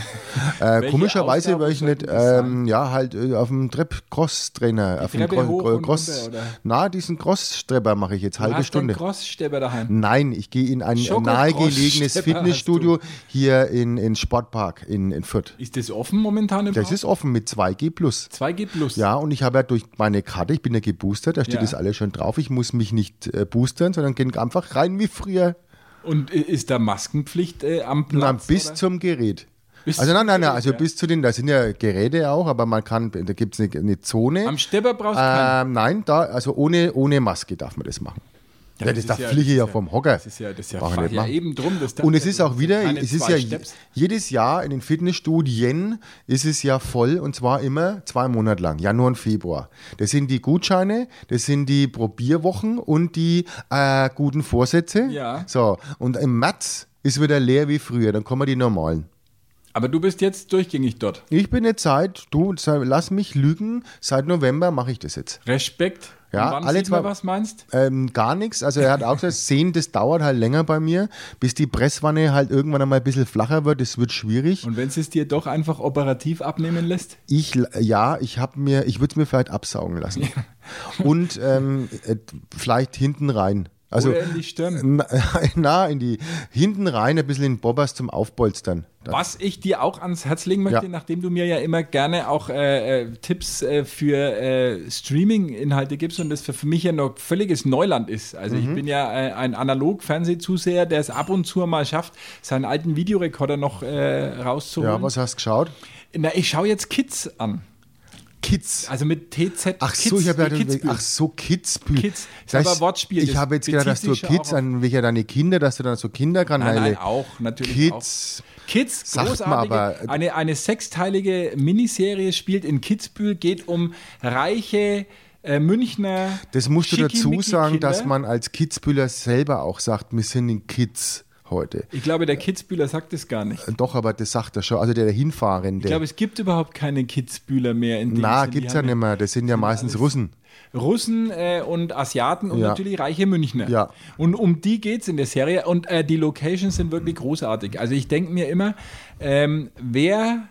B: äh,
C: Welche
B: komischerweise
C: Ausdauer
B: wäre ich nicht,
C: sollten das
B: ähm, ja halt äh, auf dem Trip Cross Trainer, auf dem äh,
C: Treppe hoch und
B: Cross,
C: runter, oder?
B: na diesen Cross Stepper mache ich jetzt
C: Du
B: halbe
C: hast einen
B: Stunde.
C: Crossstäber daheim.
B: Nein, ich gehe in ein
C: Schoko-
B: nahegelegenes
C: Cross-Stepper
B: Fitnessstudio hier in, in Sportpark in, in Fürth.
C: Ist das offen momentan im
B: Das ist offen mit 2G plus.
C: 2G plus.
B: Ja, und ich habe ja durch meine Karte, ich bin ja geboostert, da steht
C: Ja.
B: das alles schon drauf. Ich muss mich nicht äh, boostern, sondern gehe einfach rein wie früher.
C: Und äh, ist da Maskenpflicht äh, am Platz?
B: Nein, bis
C: oder?
B: zum Gerät.
C: Bis
B: also
C: zum
B: nein, nein, nein,
C: Gerät,
B: also
C: ja.
B: bis zu den, da sind ja Geräte auch, aber man kann, da gibt es eine, eine Zone.
C: Am Stepper brauchst du keinen.
B: ähm, nein, da, also ohne, ohne Maske darf man das machen. Ja, das,
C: das ist
B: darf
C: ja-
B: fliege
C: das
B: ja
C: ist ja-
B: vom Hocker.
C: Das ist ja, das ist ja,
B: Brauch ich
C: fa-
B: nicht
C: ja
B: machen.
C: eben drum. Das
B: Und es ist auch wieder,
C: keine
B: es ist
C: zwei
B: ja
C: Steps.
B: jedes Jahr in den Fitnessstudien ist es ja voll und zwar immer zwei Monate lang, Januar und Februar. Das sind die Gutscheine, das sind die Probierwochen und die äh, guten Vorsätze.
C: Ja.
B: So, und im März ist wieder leer wie früher, dann kommen die normalen.
C: Aber du bist jetzt durchgängig dort.
B: Ich bin jetzt seit, du, sei- lass mich lügen, seit November mache ich das jetzt.
C: Respekt.
B: Ja,
C: Und wann
B: alle
C: sieht man,
B: zwei-
C: was meinst?
B: Ähm, gar nichts. Also er hat auch gesagt, sehen, das dauert halt länger bei mir, bis die Presswanne halt irgendwann einmal ein bisschen flacher wird. Das wird schwierig.
C: Und wenn es dir doch einfach operativ abnehmen lässt?
B: Ich ja, ich habe mir, ich würde es mir vielleicht absaugen lassen und ähm, äh, vielleicht hinten rein. Also
C: Oder in die Stirn.
B: Na, na, in die hinten rein ein bisschen in Bobbers zum Aufpolstern.
C: Was ich dir auch ans Herz legen möchte,
B: Ja.
C: nachdem du mir ja immer gerne auch äh, äh, Tipps äh, für äh, Streaming-Inhalte gibst und das für, für mich ja noch völliges Neuland ist. Also
B: Mhm.
C: ich bin ja äh, ein Analog-Fernsehzuseher, der es ab und zu mal schafft, seinen alten Videorekorder noch äh, rauszuholen.
B: Ja, was hast du geschaut?
C: Na, ich schaue jetzt Kids an.
B: Kids.
C: Also mit TZ.
B: Ach so,
C: Kids,
B: ich habe ja
C: die
B: den,
C: Kidsbücher.
B: ach so Kidsbühl.
C: Kids. Ist
B: Das heißt,
C: aber ein Wortspiel,
B: Ich
C: das
B: habe jetzt gedacht, dass
C: bezieht
B: du
C: sich ja
B: Kids
C: auch auf-
B: an welche deine Kinder, dass du dann so Kinderkanäle.
C: Nein, nein, auch, natürlich
B: Kids.
C: auch. Kids,
B: Sagt man
C: großartige,
B: aber- äh,
C: eine, eine sechsteilige Miniserie spielt in Kitzbühel, geht um reiche äh, Münchner
B: Das musst du dazu
C: schickimicki
B: sagen,
C: Kinder.
B: dass man als Kidsbühler selber auch sagt, wir sind in Kids heute.
C: Ich glaube, der Kitzbühler sagt es gar nicht.
B: Doch, aber das sagt er schon. Also der Hinfahrende.
C: Ich glaube, es gibt überhaupt keine Kitzbühler mehr in dem
B: Na,
C: Sinn. Die
B: gibt's ja
C: haben
B: nicht mehr. Das sind ja meistens Russen.
C: Russen äh, und Asiaten und
B: Ja.
C: natürlich reiche Münchner.
B: Ja.
C: Und um die geht es in der Serie. Und äh, die Locations sind wirklich großartig. Also ich denke mir immer, ähm, wer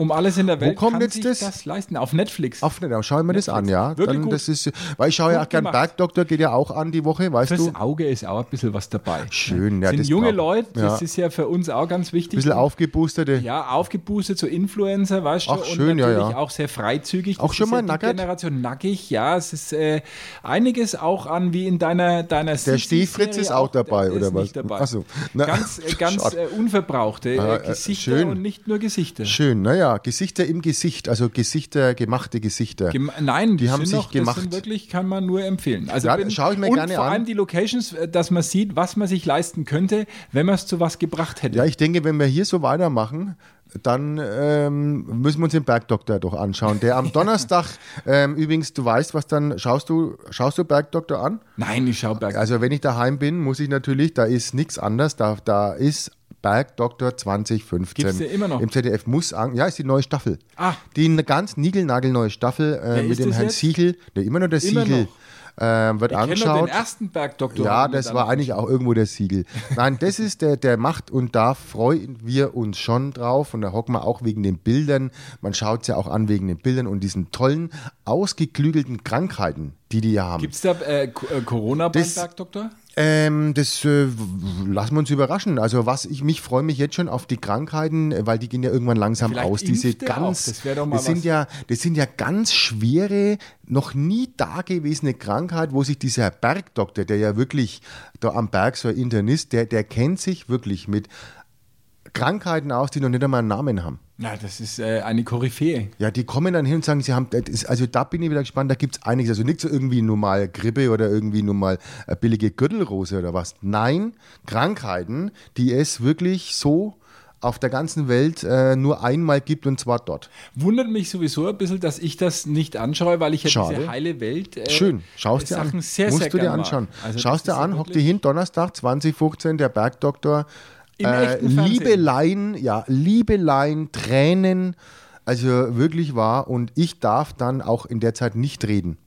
C: um alles in der Welt
B: kommt
C: kann
B: jetzt
C: sich
B: das?
C: leisten. Auf Netflix.
B: Auf Netflix, schau ich mir das an,
C: Netflix.
B: ja.
C: Wirklich
B: Dann,
C: gut.
B: das ist, weil ich schaue ja
C: Gut
B: auch gern
C: gemacht.
B: Bergdoktor, geht ja auch an die Woche, weißt
C: Fürs
B: du?
C: Auge ist auch ein bisschen was dabei.
B: Schön, ja,
C: Sind
B: das
C: junge
B: braucht-
C: Leute, das
B: ja.
C: ist ja für uns auch ganz wichtig.
B: Bisschen aufgeboosterte.
C: Ja, aufgeboostet, so Influencer, weißt du,
B: Ach, schön,
C: und
B: ja,
C: natürlich
B: ja.
C: auch sehr freizügig.
B: Auch schon
C: ist
B: mal
C: ja die
B: nackert?
C: Generation nackig, ja, es ist äh, einiges auch an, wie in deiner deiner
B: Der
C: Sissi-Serie
B: Stehfritz ist auch dabei,
C: der
B: oder
C: ist
B: was?
C: Nicht dabei.
B: Ach so. Na,
C: ganz äh, ganz
B: schade.
C: äh, unverbrauchte
B: Ah,
C: äh,
B: äh,
C: Gesichter
B: schön.
C: und nicht nur Gesichter.
B: Schön, naja, Gesichter im Gesicht, also Gesichter, gemachte Gesichter.
C: Gem Nein,
B: Die haben
C: sind
B: sich
C: Das sind
B: gemacht.
C: wirklich kann man nur empfehlen. Also
B: Ja,
C: bin-
B: schau ich mir
C: und
B: gerne
C: vor
B: an.
C: allem die Locations, äh, dass man sieht, was man sich leisten könnte, wenn man es zu was gebracht hätte.
B: ja, ich denke, wenn wir hier so weitermachen, dann ähm, müssen wir uns den Bergdoktor doch anschauen. Der am Donnerstag, ähm, übrigens, du weißt, was dann, schaust du, schaust du Bergdoktor an?
C: Nein, ich schau berg.
B: Also wenn ich daheim bin, muss ich natürlich, da ist nichts anders, da, da ist Bergdoktor 2015.
C: Gibt's den immer noch?
B: Im ZDF muss an, ja, ist die neue Staffel.
C: Ah.
B: Die eine ganz niegelnagelneue Staffel äh,
C: ist
B: mit dem
C: das
B: Herrn
C: jetzt?
B: Siegel, der immer nur der
C: Immer
B: Siegel ähm, wird
C: ich kenne nur
B: angeschaut.
C: den ersten Bergdoktor.
B: Ja, das war eigentlich auch irgendwo der Siegel. Nein, das ist der, der macht und da freuen wir uns schon drauf. Und da hocken wir auch wegen den Bildern. Man schaut es ja auch an wegen den Bildern und diesen tollen, ausgeklügelten Krankheiten, die die ja haben.
C: Gibt es da äh, Co- äh, corona
B: Das-
C: bergdoktor
B: Ähm, das äh, w- w- lassen wir uns überraschen. Also was ich mich freue mich jetzt schon auf die Krankheiten, äh, weil die gehen ja irgendwann langsam
C: Vielleicht
B: aus. Diese
C: impft er auch.
B: ganz,
C: Das wär doch mal
B: sind
C: was.
B: ja, das sind ja ganz schwere, noch nie dagewesene Krankheit, wo sich dieser Bergdoktor, der ja wirklich da am Berg so ein Internist, der, der kennt sich wirklich mit Krankheiten aus, die noch nicht einmal einen Namen haben.
C: Na, das ist äh, eine Koryphäe.
B: Ja, die kommen dann hin und sagen, sie haben, das ist, also da bin ich wieder gespannt, da gibt's einiges. Also nicht so irgendwie nur mal Grippe oder irgendwie nur mal eine billige Gürtelrose oder was. Nein, Krankheiten, die es wirklich so auf der ganzen Welt äh, nur einmal gibt und zwar dort.
C: Wundert mich sowieso ein bisschen, dass ich das nicht anschaue, weil ich ja
B: Schade.
C: diese heile Welt. äh,
B: Schön, schaust dir
C: Sachen
B: an.
C: Sehr,
B: Musst
C: sehr
B: du dir
C: gern mag.
B: anschauen.
C: Also
B: schaust
C: das
B: dir
C: ist
B: an,
C: ja
B: hock
C: wirklich-
B: dir hin, Donnerstag 2015, der Bergdoktor.
C: Im echten Fernsehen.
B: Liebeleien, ja, Liebeleien, Tränen, also wirklich wahr. Und ich darf dann auch in der Zeit nicht reden.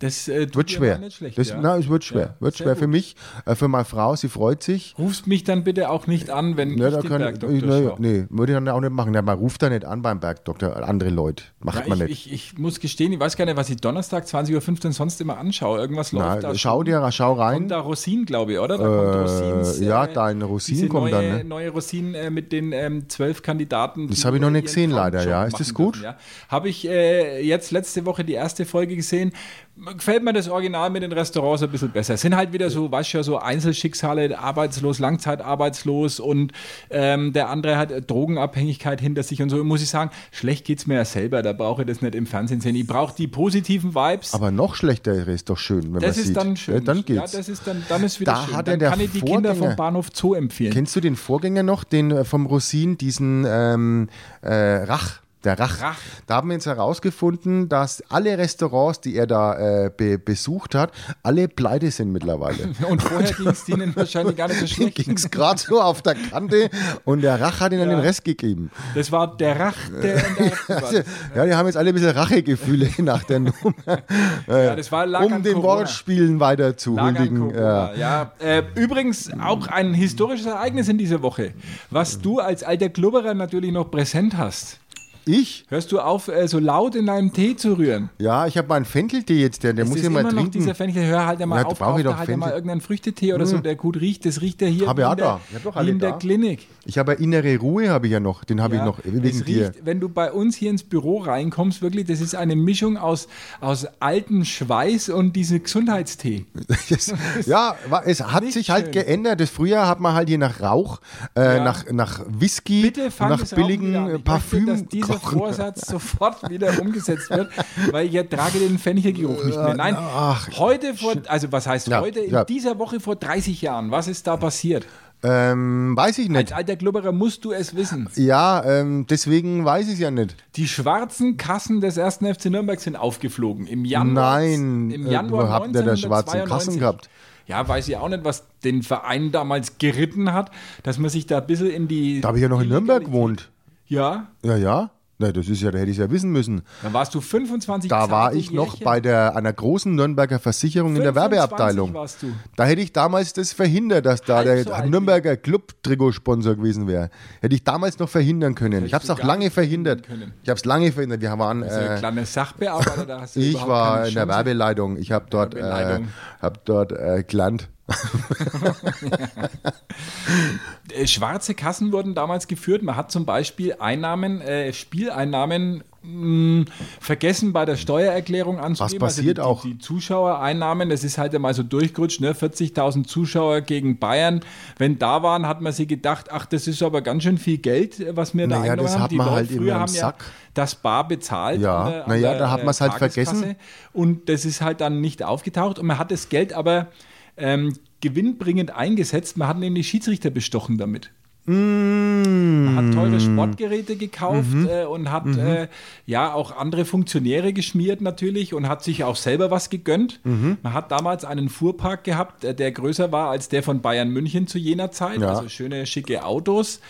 C: Das äh, tut
B: Wird
C: mir
B: schwer.
C: aber Nicht schlecht,
B: das,
C: ja.
B: Nein, es wird schwer.
C: Ja,
B: wird
C: sehr
B: schwer
C: gut.
B: für mich, äh, für meine Frau. Sie freut sich.
C: Rufst mich dann bitte auch nicht an, wenn
B: Ja,
C: ich
B: da
C: den
B: kann,
C: Bergdoktor
B: nee,
C: schaue.
B: nee, würde ich dann auch nicht machen. Ja, man ruft da nicht an beim Bergdoktor. Andere Leute. Macht
C: Ja,
B: man
C: ich,
B: nicht.
C: ich, ich muss gestehen, ich weiß gar nicht, was ich Donnerstag 20.15 Uhr sonst immer anschaue. Irgendwas
B: Na,
C: läuft da.
B: schau
C: schon.
B: dir, schau rein.
C: Kommt da Rosin, glaube ich, oder? Da kommt
B: Äh,
C: Rosins,
B: ja, deine Rosinen
C: diese
B: kommen
C: neue,
B: dann, ne?
C: Neue Rosinen äh, mit den ähm, zwölf Kandidaten.
B: Das
C: die
B: habe ich noch nicht
C: ihren
B: gesehen, leider,
C: Traumjob
B: ja. Ist das
C: machen
B: gut?
C: Dürfen, ja. Habe ich äh, jetzt letzte Woche die erste Folge gesehen. Gefällt mir das Original mit den Restaurants ein bisschen besser. Es sind halt wieder so, weißt du ja, so Einzelschicksale, arbeitslos, langzeitarbeitslos und ähm, der andere hat äh, Drogenabhängigkeit hinter sich und so. Muss ich sagen, schlecht geht es mir ja selber. Da brauche ich das nicht im Fernsehen sehen. Ich brauche die positiven Vibes.
B: Aber noch schlechter wäre es doch schön, wenn man
C: Das
B: sieht.
C: ist dann schön.
B: Ja, dann geht's.
C: Ja, das ist dann, dann ist wieder
B: Da
C: schön.
B: hat
C: dann
B: ja der
C: kann ich die Kinder vom
B: Vorgänger-
C: Bahnhof Zoo empfehlen.
B: Kennst du den Vorgänger noch, den äh, vom Rosin, diesen ähm, äh, Rach? Der Rach.
C: Rach.
B: Da haben wir jetzt herausgefunden, dass alle Restaurants, die er da äh, be besucht hat, alle pleite sind mittlerweile.
C: und vorher ging es denen wahrscheinlich gar nicht so schlecht.
B: ging es gerade so auf der Kante und der Rach hat ihnen den Rest gegeben.
C: Das war der Rach, der in der Rach war.
B: Also, ja, die haben jetzt alle ein bisschen Rachegefühle nach der Nummer,
C: ja, das war lag
B: um
C: an
B: den
C: Corona.
B: Wortspielen weiter zu
C: Lag an
B: huldigen. Ja.
C: Corona, ja. Äh, übrigens auch ein historisches Ereignis in dieser Woche, was du als alter Klubberer natürlich noch präsent hast.
B: Ich?
C: Hörst du auf, äh, so laut in deinem Tee zu rühren?
B: Ja, ich habe meinen Fenteltee jetzt, der, der
C: Es
B: muss
C: ist
B: ich mal
C: immer noch
B: trinken.
C: dieser Fenchel, hör halt mal
B: Ja, da
C: auf,
B: brauch ich
C: kauf da
B: doch
C: halt mal
B: Fenchel. Mhm.
C: irgendeinen Früchtetee oder so, der gut riecht. Das riecht ja hier
B: Hab ich
C: in,
B: auch da.
C: der,
B: Ich hab doch alle
C: in der
B: da.
C: Klinik.
B: Ich habe innere Ruhe, habe ich ja noch. Den habe
C: Ja,
B: ich noch wegen
C: es
B: dir.
C: riecht, wenn du bei uns hier ins Büro reinkommst, wirklich, das ist eine Mischung aus, aus altem Schweiß und diese Gesundheitstee.
B: Das, ja, war, es hat
C: nicht
B: sich halt
C: schön.
B: geändert. Das früher hat man halt hier nach Rauch, äh,
C: Ja.
B: nach, nach Whisky,
C: Bitte fang
B: nach
C: das Rauchen wieder
B: billigen
C: an.
B: äh,
C: Ich möchte,
B: Parfüm.
C: dass dieser
B: kochen.
C: Vorsatz sofort wieder umgesetzt wird, weil ich ertrage den Fenchelgeruch nicht mehr. Nein, heute vor, also was heißt
B: Ja,
C: heute, in
B: ja. Halt.
C: dieser Woche vor 30 Jahren, was ist da passiert?
B: Ähm, weiß ich
C: Als
B: nicht.
C: alter Glubberer musst du es wissen.
B: Ja, ähm, deswegen weiß ich es ja nicht.
C: Die schwarzen Kassen des 1. FC Nürnberg sind aufgeflogen. Im Januar,
B: Nein,
C: im
B: äh,
C: Januar
B: wo habt ihr da schwarzen
C: 1992.
B: Kassen gehabt?
C: Ja, weiß ich auch nicht, was den Verein damals geritten hat, dass man sich da ein bisschen in die.
B: Da habe ich ja noch in Nürnberg gewohnt.
C: Ja,
B: Ja, ja. Na, das ist ja, da hätte ich es ja wissen müssen.
C: Dann warst du 25
B: Da war ich noch bei der, einer großen Nürnberger Versicherung in der
C: 25
B: Werbeabteilung.
C: warst du.
B: Da hätte ich damals das verhindert, dass da
C: Halb
B: der
C: so alt
B: Nürnberger Club-Trikotsponsor gewesen wäre. Hätte ich damals noch verhindern können. Ich habe es
C: du
B: auch
C: gar
B: lange
C: nicht
B: verhindert.
C: verhindern können.
B: Ich habe es lange verhindert. Wir waren,
C: Äh,
B: äh,
C: kleine Sachbearbeiter, da hast du
B: ich
C: überhaupt
B: war
C: keine
B: in der
C: Chance.
B: Werbeleitung. Ich habe dort, äh,
C: Werbeleitung.
B: hab dort äh, gelernt.
C: Äh, Schwarze Kassen wurden damals geführt. Man hat zum Beispiel Einnahmen, äh, Spieleinnahmen mh, vergessen bei der Steuererklärung anzugeben.
B: passiert
C: also die,
B: auch?
C: Die, die Zuschauereinnahmen, das ist halt einmal so durchgerutscht, ne? 40.000 Zuschauer gegen Bayern. Wenn da waren, hat man sich gedacht, ach, das ist aber ganz schön viel Geld, äh, was wir da
B: Naja,
C: eingenommen
B: das
C: haben.
B: hat man
C: Leute
B: halt immer
C: früher
B: im
C: haben
B: Sack.
C: ja das Bar bezahlt.
B: Ja,
C: an der- an
B: naja,
C: der,
B: da hat
C: äh,
B: man's halt
C: Tageskasse.
B: vergessen.
C: Und das ist halt dann nicht aufgetaucht und man hat das Geld aber ähm, gewinnbringend eingesetzt. Man hat nämlich Schiedsrichter bestochen damit.
B: Mm.
C: Man hat teure Sportgeräte gekauft
B: Mhm.
C: äh, und hat äh, ja auch andere Funktionäre geschmiert natürlich und hat sich auch selber was gegönnt.
B: Mhm.
C: Man hat damals einen Fuhrpark gehabt, äh, der größer war als der von Bayern München zu jener Zeit.
B: Ja.
C: Also schöne, schicke Autos.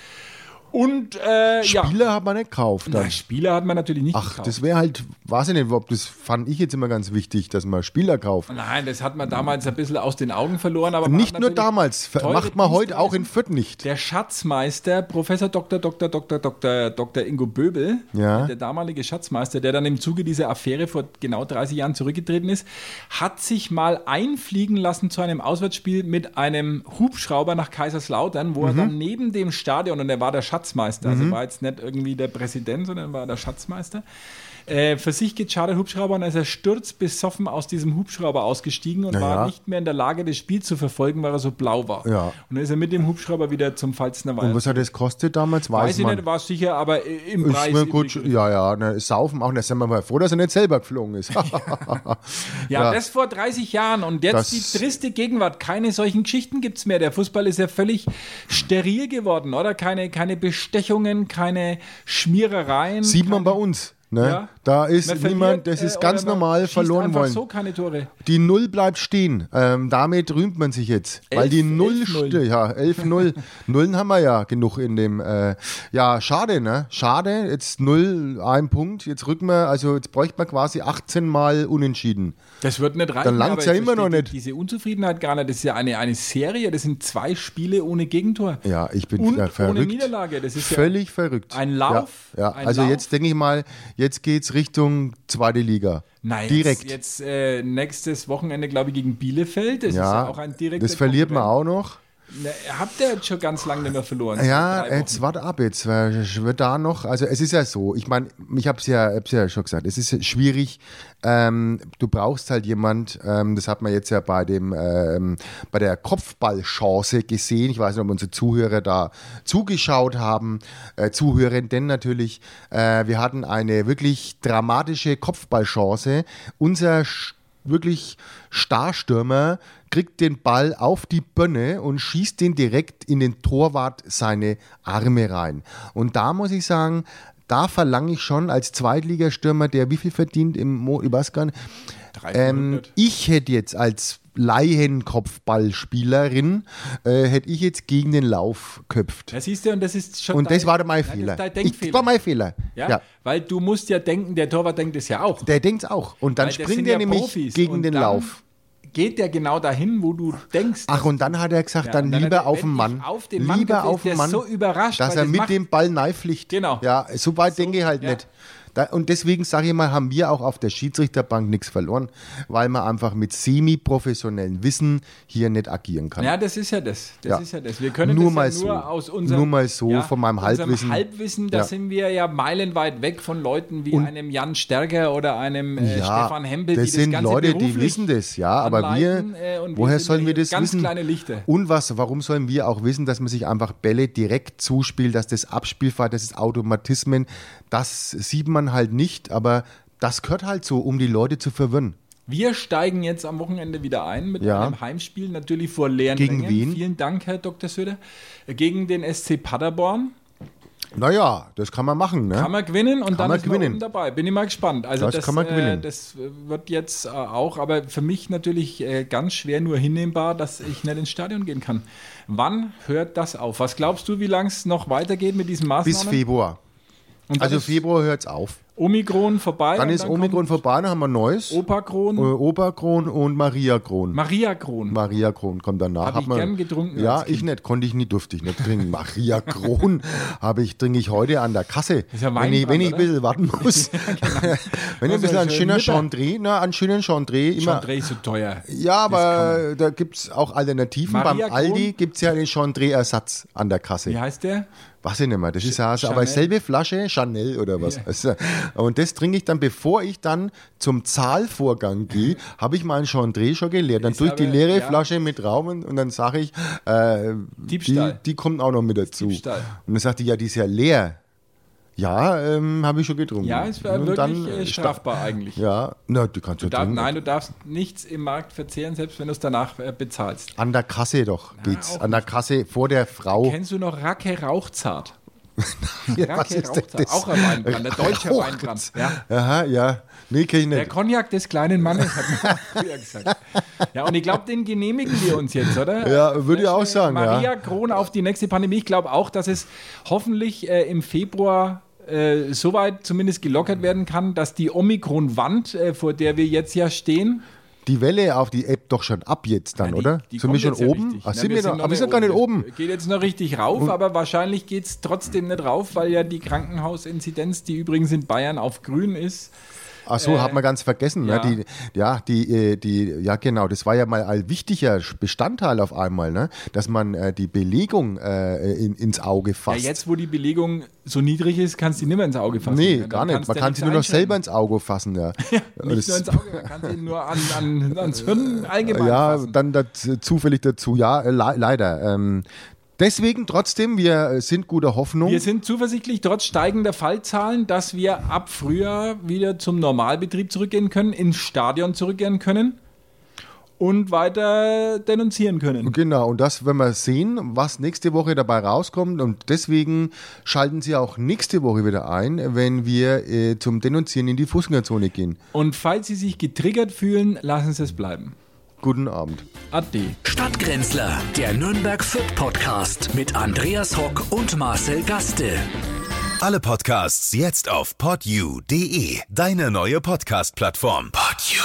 C: Und äh, ja,
B: Spieler hat man nicht gekauft.
C: Na,
B: Dann.
C: Spieler hat man natürlich nicht
B: Ach,
C: gekauft.
B: das wäre halt, weiß ich nicht, ob das fand ich jetzt immer ganz wichtig, dass man Spieler kauft.
C: Nein, das hat man damals ein bisschen aus den Augen verloren. Aber man
B: Nicht
C: hat
B: nur
C: natürlich
B: damals, ver-
C: teure
B: macht man heute auch in
C: Dienstleistungen.
B: Fürth nicht.
C: Der Schatzmeister, Professor Dr. Dr. Dr. Dr. Dr. Ingo Böbel,
B: Ja.
C: der damalige Schatzmeister, der dann im Zuge dieser Affäre vor genau 30 Jahren zurückgetreten ist, hat sich mal einfliegen lassen zu einem Auswärtsspiel mit einem Hubschrauber nach Kaiserslautern, wo
B: Mhm.
C: er dann neben dem Stadion, und er war der Schatzmeister, also war jetzt nicht irgendwie der Präsident, sondern war der Schatzmeister, äh, für sich gechartert Hubschrauber und er ist er sturzbesoffen aus diesem Hubschrauber ausgestiegen und
B: ja.
C: war nicht mehr in der Lage, das Spiel zu verfolgen, weil er so blau war.
B: Ja.
C: Und dann ist er mit dem Hubschrauber wieder zum Pfalzner Wald.
B: Und was hat das kostet damals? Weiß,
C: äh, Weiß ich
B: man.
C: nicht, war es sicher, aber äh, im
B: Ist
C: Preis.
B: mir
C: im
B: gut,
C: Begriff.
B: ja, ja, ne, saufen auch. Da sind wir mal froh, dass er nicht selber geflogen ist.
C: ja,
B: ja.
C: das vor 30 Jahren und jetzt
B: Das-
C: die triste Gegenwart. Keine solchen Geschichten gibt es mehr. Der Fußball ist ja völlig steril geworden, oder? Keine, keine Bestechungen, keine Schmierereien.
B: Sieht man bei uns. Ne?
C: Ja.
B: Da ist
C: Man
B: niemand,
C: verliert,
B: das
C: äh,
B: ist
C: oder
B: ganz
C: man
B: normal
C: schießt
B: verloren
C: einfach
B: wollen.
C: so keine Tore.
B: Die Null bleibt stehen. Ähm, damit rühmt man sich jetzt. weil
C: Elf-
B: die Null
C: 11-0.
B: steht. Ja, 11-0. Nullen haben wir ja genug in dem. Äh, ja, schade, ne? Schade. Jetzt Null, ein Punkt. Jetzt rücken wir, also jetzt bräuchte man quasi 18 Mal unentschieden.
C: Das wird nicht reichen.
B: Dann langt's ja
C: aber ich
B: immer noch
C: verstehe
B: nicht.
C: Diese Unzufriedenheit gar nicht. Das ist ja eine, eine Serie. Das sind zwei Spiele ohne Gegentor.
B: Ja, ich bin
C: Und
B: ver- verrückt.
C: ohne Niederlage. Das ist ja
B: Völlig verrückt.
C: ein Lauf,
B: Ja, ja.
C: ein
B: also
C: Lauf.
B: jetzt denke ich mal, jetzt geht's Richtung zweite Liga.
C: Nein,
B: Direkt.
C: jetzt, jetzt äh, nächstes Wochenende, glaube ich, gegen Bielefeld. Das ist ja auch ein direkter
B: das verliert man auch noch.
C: auch. Habt ihr jetzt schon ganz lange nicht mehr verloren?
B: Ja,
C: Drei Wochen.
B: jetzt warte ab, jetzt äh, wird da noch, also es ist ja so, ich meine, ich habe es ja, hab's ja schon gesagt, es ist schwierig, ähm, du brauchst halt jemand, ähm, das hat man jetzt ja bei dem, ähm, bei der Kopfballchance gesehen, ich weiß nicht, ob unsere Zuhörer da zugeschaut haben, äh, Zuhörenden natürlich, äh, wir hatten eine wirklich dramatische Kopfballchance, unser Sch- wirklich Starstürmer kriegt den Ball auf die Birne und schießt den direkt in den Torwart seine Arme rein. Und da muss ich sagen, da verlange ich schon als Zweitligastürmer, der wie viel verdient im Mo ich weiß gar nicht. Ähm,
C: 300.
B: ich hätte jetzt als Laienkopfballspielerin, äh, hätte ich jetzt gegen den Lauf geköpft.
C: Da siehst du, und das ist schon.
B: Und das
C: dein-
B: war mein
C: Ja,
B: Fehler.
C: Das ist dein
B: Ich-
C: Denkfehler.
B: war mein Fehler.
C: ja?
B: Ja.
C: Weil du musst ja denken, der Torwart denkt es ja auch.
B: Der denkt's auch. Und dann
C: Weil das
B: springt
C: sind
B: er
C: ja
B: nämlich
C: Profis.
B: gegen
C: Und
B: den
C: dann
B: Lauf.
C: Geht der genau dahin, wo du denkst.
B: Ach, und dann hat er gesagt,
C: Ja,
B: dann,
C: und dann
B: lieber
C: hat er-
B: auf den
C: wenn
B: Mann.
C: ich auf den Mann
B: lieber
C: gehe,
B: auf
C: der
B: den
C: ist
B: Mann.
C: so überrascht,
B: dass
C: weil
B: er
C: das
B: mit
C: macht-
B: dem Ball neiflicht.
C: Genau.
B: Ja, so weit denke ich halt
C: ja.
B: nicht. Da, und deswegen sage ich mal, haben wir auch auf der Schiedsrichterbank nichts verloren, weil man einfach mit semi-professionellem Wissen hier nicht agieren kann.
C: Ja, das ist ja das. Das
B: Ja.
C: ist ja das. Wir können
B: Nur
C: das
B: mal
C: ja
B: so.
C: nur aus unserem
B: Nur mal so
C: ja,
B: von meinem
C: unserem
B: Halbwissen.
C: Halbwissen, da
B: Ja.
C: sind wir ja meilenweit weg von Leuten wie einem Jan Stärker oder einem äh, Stefan Hempel,
B: das
C: die
B: sind
C: das Ganze
B: Leute, die
C: beruflich
B: wissen das, ja, aber wir,
C: anleiten, äh, und wir
B: woher
C: sind
B: sollen
C: ja
B: wir
C: hier
B: das
C: ganz
B: wissen?
C: kleine Lichter.
B: Und was, warum sollen wir auch wissen, dass man sich einfach Bälle direkt zuspielt, dass das Abspielfahrt, das ist Automatismen, das sieht man halt nicht, aber das gehört halt so, um die Leute zu verwirren.
C: Wir steigen jetzt am Wochenende wieder ein mit
B: Ja.
C: einem Heimspiel, natürlich vor leeren
B: Gegen
C: Rängen.
B: wen?
C: Vielen Dank, Herr Dr. Söder. Gegen den SC Paderborn.
B: Naja, das kann man machen, ne?
C: Kann man gewinnen und dann
B: man
C: ist man
B: gewinnen.
C: oben dabei. Bin ich mal gespannt. Also
B: Das
C: das,
B: kann man gewinnen.
C: Äh, das wird jetzt äh, auch, aber für mich natürlich äh, ganz schwer nur hinnehmbar, dass ich nicht ins Stadion gehen kann. Wann hört das auf? Was glaubst du, wie lange es noch weitergeht mit diesen Maßnahmen?
B: Bis Februar.
C: Und dann
B: Also
C: ist
B: Februar hört's auf.
C: Omikron vorbei.
B: Dann
C: und
B: ist Omikron vorbei, dann haben wir ein neues.
C: kommt Opakron,
B: Äh, Oberkron und Mariakron.
C: Mariakron.
B: Mariakron kommt danach.
C: Hab
B: Hat
C: ich
B: man-
C: gern getrunken
B: Ja,
C: als
B: ich nicht. Konnte ich nie, durfte ich nicht trinken. Mariakron habe ich, trinke ich heute an der Kasse.
C: Ist ja
B: wenn ich, wenn ich ein
C: Weinbrand, genau.
B: bisschen warten muss. wenn ich ein
C: Muss
B: bisschen
C: ja
B: an
C: schön
B: schöner
C: mit-
B: Chandré, na, an schönen Chandré immer.
C: Chandray ist so teuer.
B: Ja,
C: Das
B: aber da gibt es auch Alternativen. Beim
C: Mariakron?
B: Aldi gibt es ja den Chandré-Ersatz an der Kasse.
C: Wie heißt der?
B: Weiß ich nicht mehr. Das ist ja so-
C: Chanel.
B: aber selbe Flasche, Chanel oder was. Also, Und das trinke ich dann, bevor ich dann zum Zahlvorgang gehe, habe ich meinen Chandré schon geleert. Dann
C: Ist
B: tue ich die
C: aber-
B: leere
C: ja.
B: Flasche mit Raum und, und dann sage ich, äh, die,
C: Diebstahl.
B: die kommt auch noch mit dazu.
C: Diebstahl.
B: Und dann sagt die, ja, die ist ja leer. Ja, ähm, habe ich schon getrunken.
C: Ja, es wäre
B: Und
C: wirklich
B: dann,
C: äh,
B: äh,
C: strafbar eigentlich.
B: Ja, na, die kannst du
C: Darf,
B: trinken.
C: nein, du darfst nichts im Markt verzehren, selbst wenn du es danach äh, bezahlst.
B: An der Kasse doch geht's.
C: auch
B: An der Kasse vor der Frau.
C: Kennst du noch Racke Rauchzart?
B: Oh. Ja, was ist denn das? Oh,
C: Auch ein Weinbrand, der deutsche
B: Rauch-
C: Weinbrand. Ja.
B: Aha, ja. Nee, kenne ich nicht.
C: Der Cognac des kleinen Mannes, hat man früher gesagt. Ja, und ich glaube, den genehmigen wir uns jetzt, oder?
B: Ja, würde ich auch sagen, ja.
C: Maria Kron auf die nächste Pandemie. Ich glaube auch, dass es hoffentlich äh, im Februar äh, soweit zumindest gelockert werden kann, dass die Omikron-Wand, äh, vor der wir jetzt ja stehen,
B: Die Welle auf die App doch schon ab jetzt dann,
C: Ja, die-
B: oder?
C: die
B: sind wir
C: kommt
B: schon
C: jetzt ja
B: oben?
C: richtig.
B: Ach,
C: Na,
B: sind wir noch, aber wir sind
C: nicht
B: gar nicht oben.
C: Das Geht jetzt noch richtig rauf, aber wahrscheinlich geht es trotzdem nicht rauf, weil ja die Krankenhausinzidenz, die übrigens in Bayern auf grün ist,
B: Ach so, hat man ganz vergessen.
C: ja.
B: Ne? Die, ja, die, äh, die, ja, genau. Das war ja mal ein wichtiger Bestandteil auf einmal, ne? dass man äh, die Belegung äh, in, ins Auge
C: ja,
B: fasst.
C: jetzt, wo die Belegung so niedrig ist, kannst du die nicht mehr ins Auge fassen. ne?
B: nee,
C: Dann
B: gar nicht.
C: kannst
B: Man
C: du
B: kann
C: nichts
B: sie nur noch selber
C: einschränken.
B: ins Auge fassen. Ja,
C: Nicht nur ins Auge, man kann sie nur an, an, ans Hirn allgemein
B: ja
C: fassen.
B: dann das, äh, zufällig dazu. Ja, äh, le leider. Ähm, deswegen trotzdem, wir äh, sind guter Hoffnung.
C: Wir sind zuversichtlich, trotz steigender Fallzahlen, dass wir ab Frühjahr wieder zum Normalbetrieb zurückgehen können, ins Stadion zurückkehren können und weiter denunzieren können.
B: Genau, und das werden wir sehen, was nächste Woche dabei rauskommt. Und deswegen schalten Sie auch nächste Woche wieder ein, wenn wir äh, zum Denunzieren in die Fußgängerzone gehen.
C: Und falls Sie sich getriggert fühlen, lassen Sie es bleiben.
B: Guten Abend.
C: Ade.
A: Stadtgrenzler, der Nürnberg Fürth Podcast mit Andreas Hock und Marcel Gaste.
D: Alle Podcasts jetzt auf podyou.de, deine neue Podcast-Plattform. Podyou.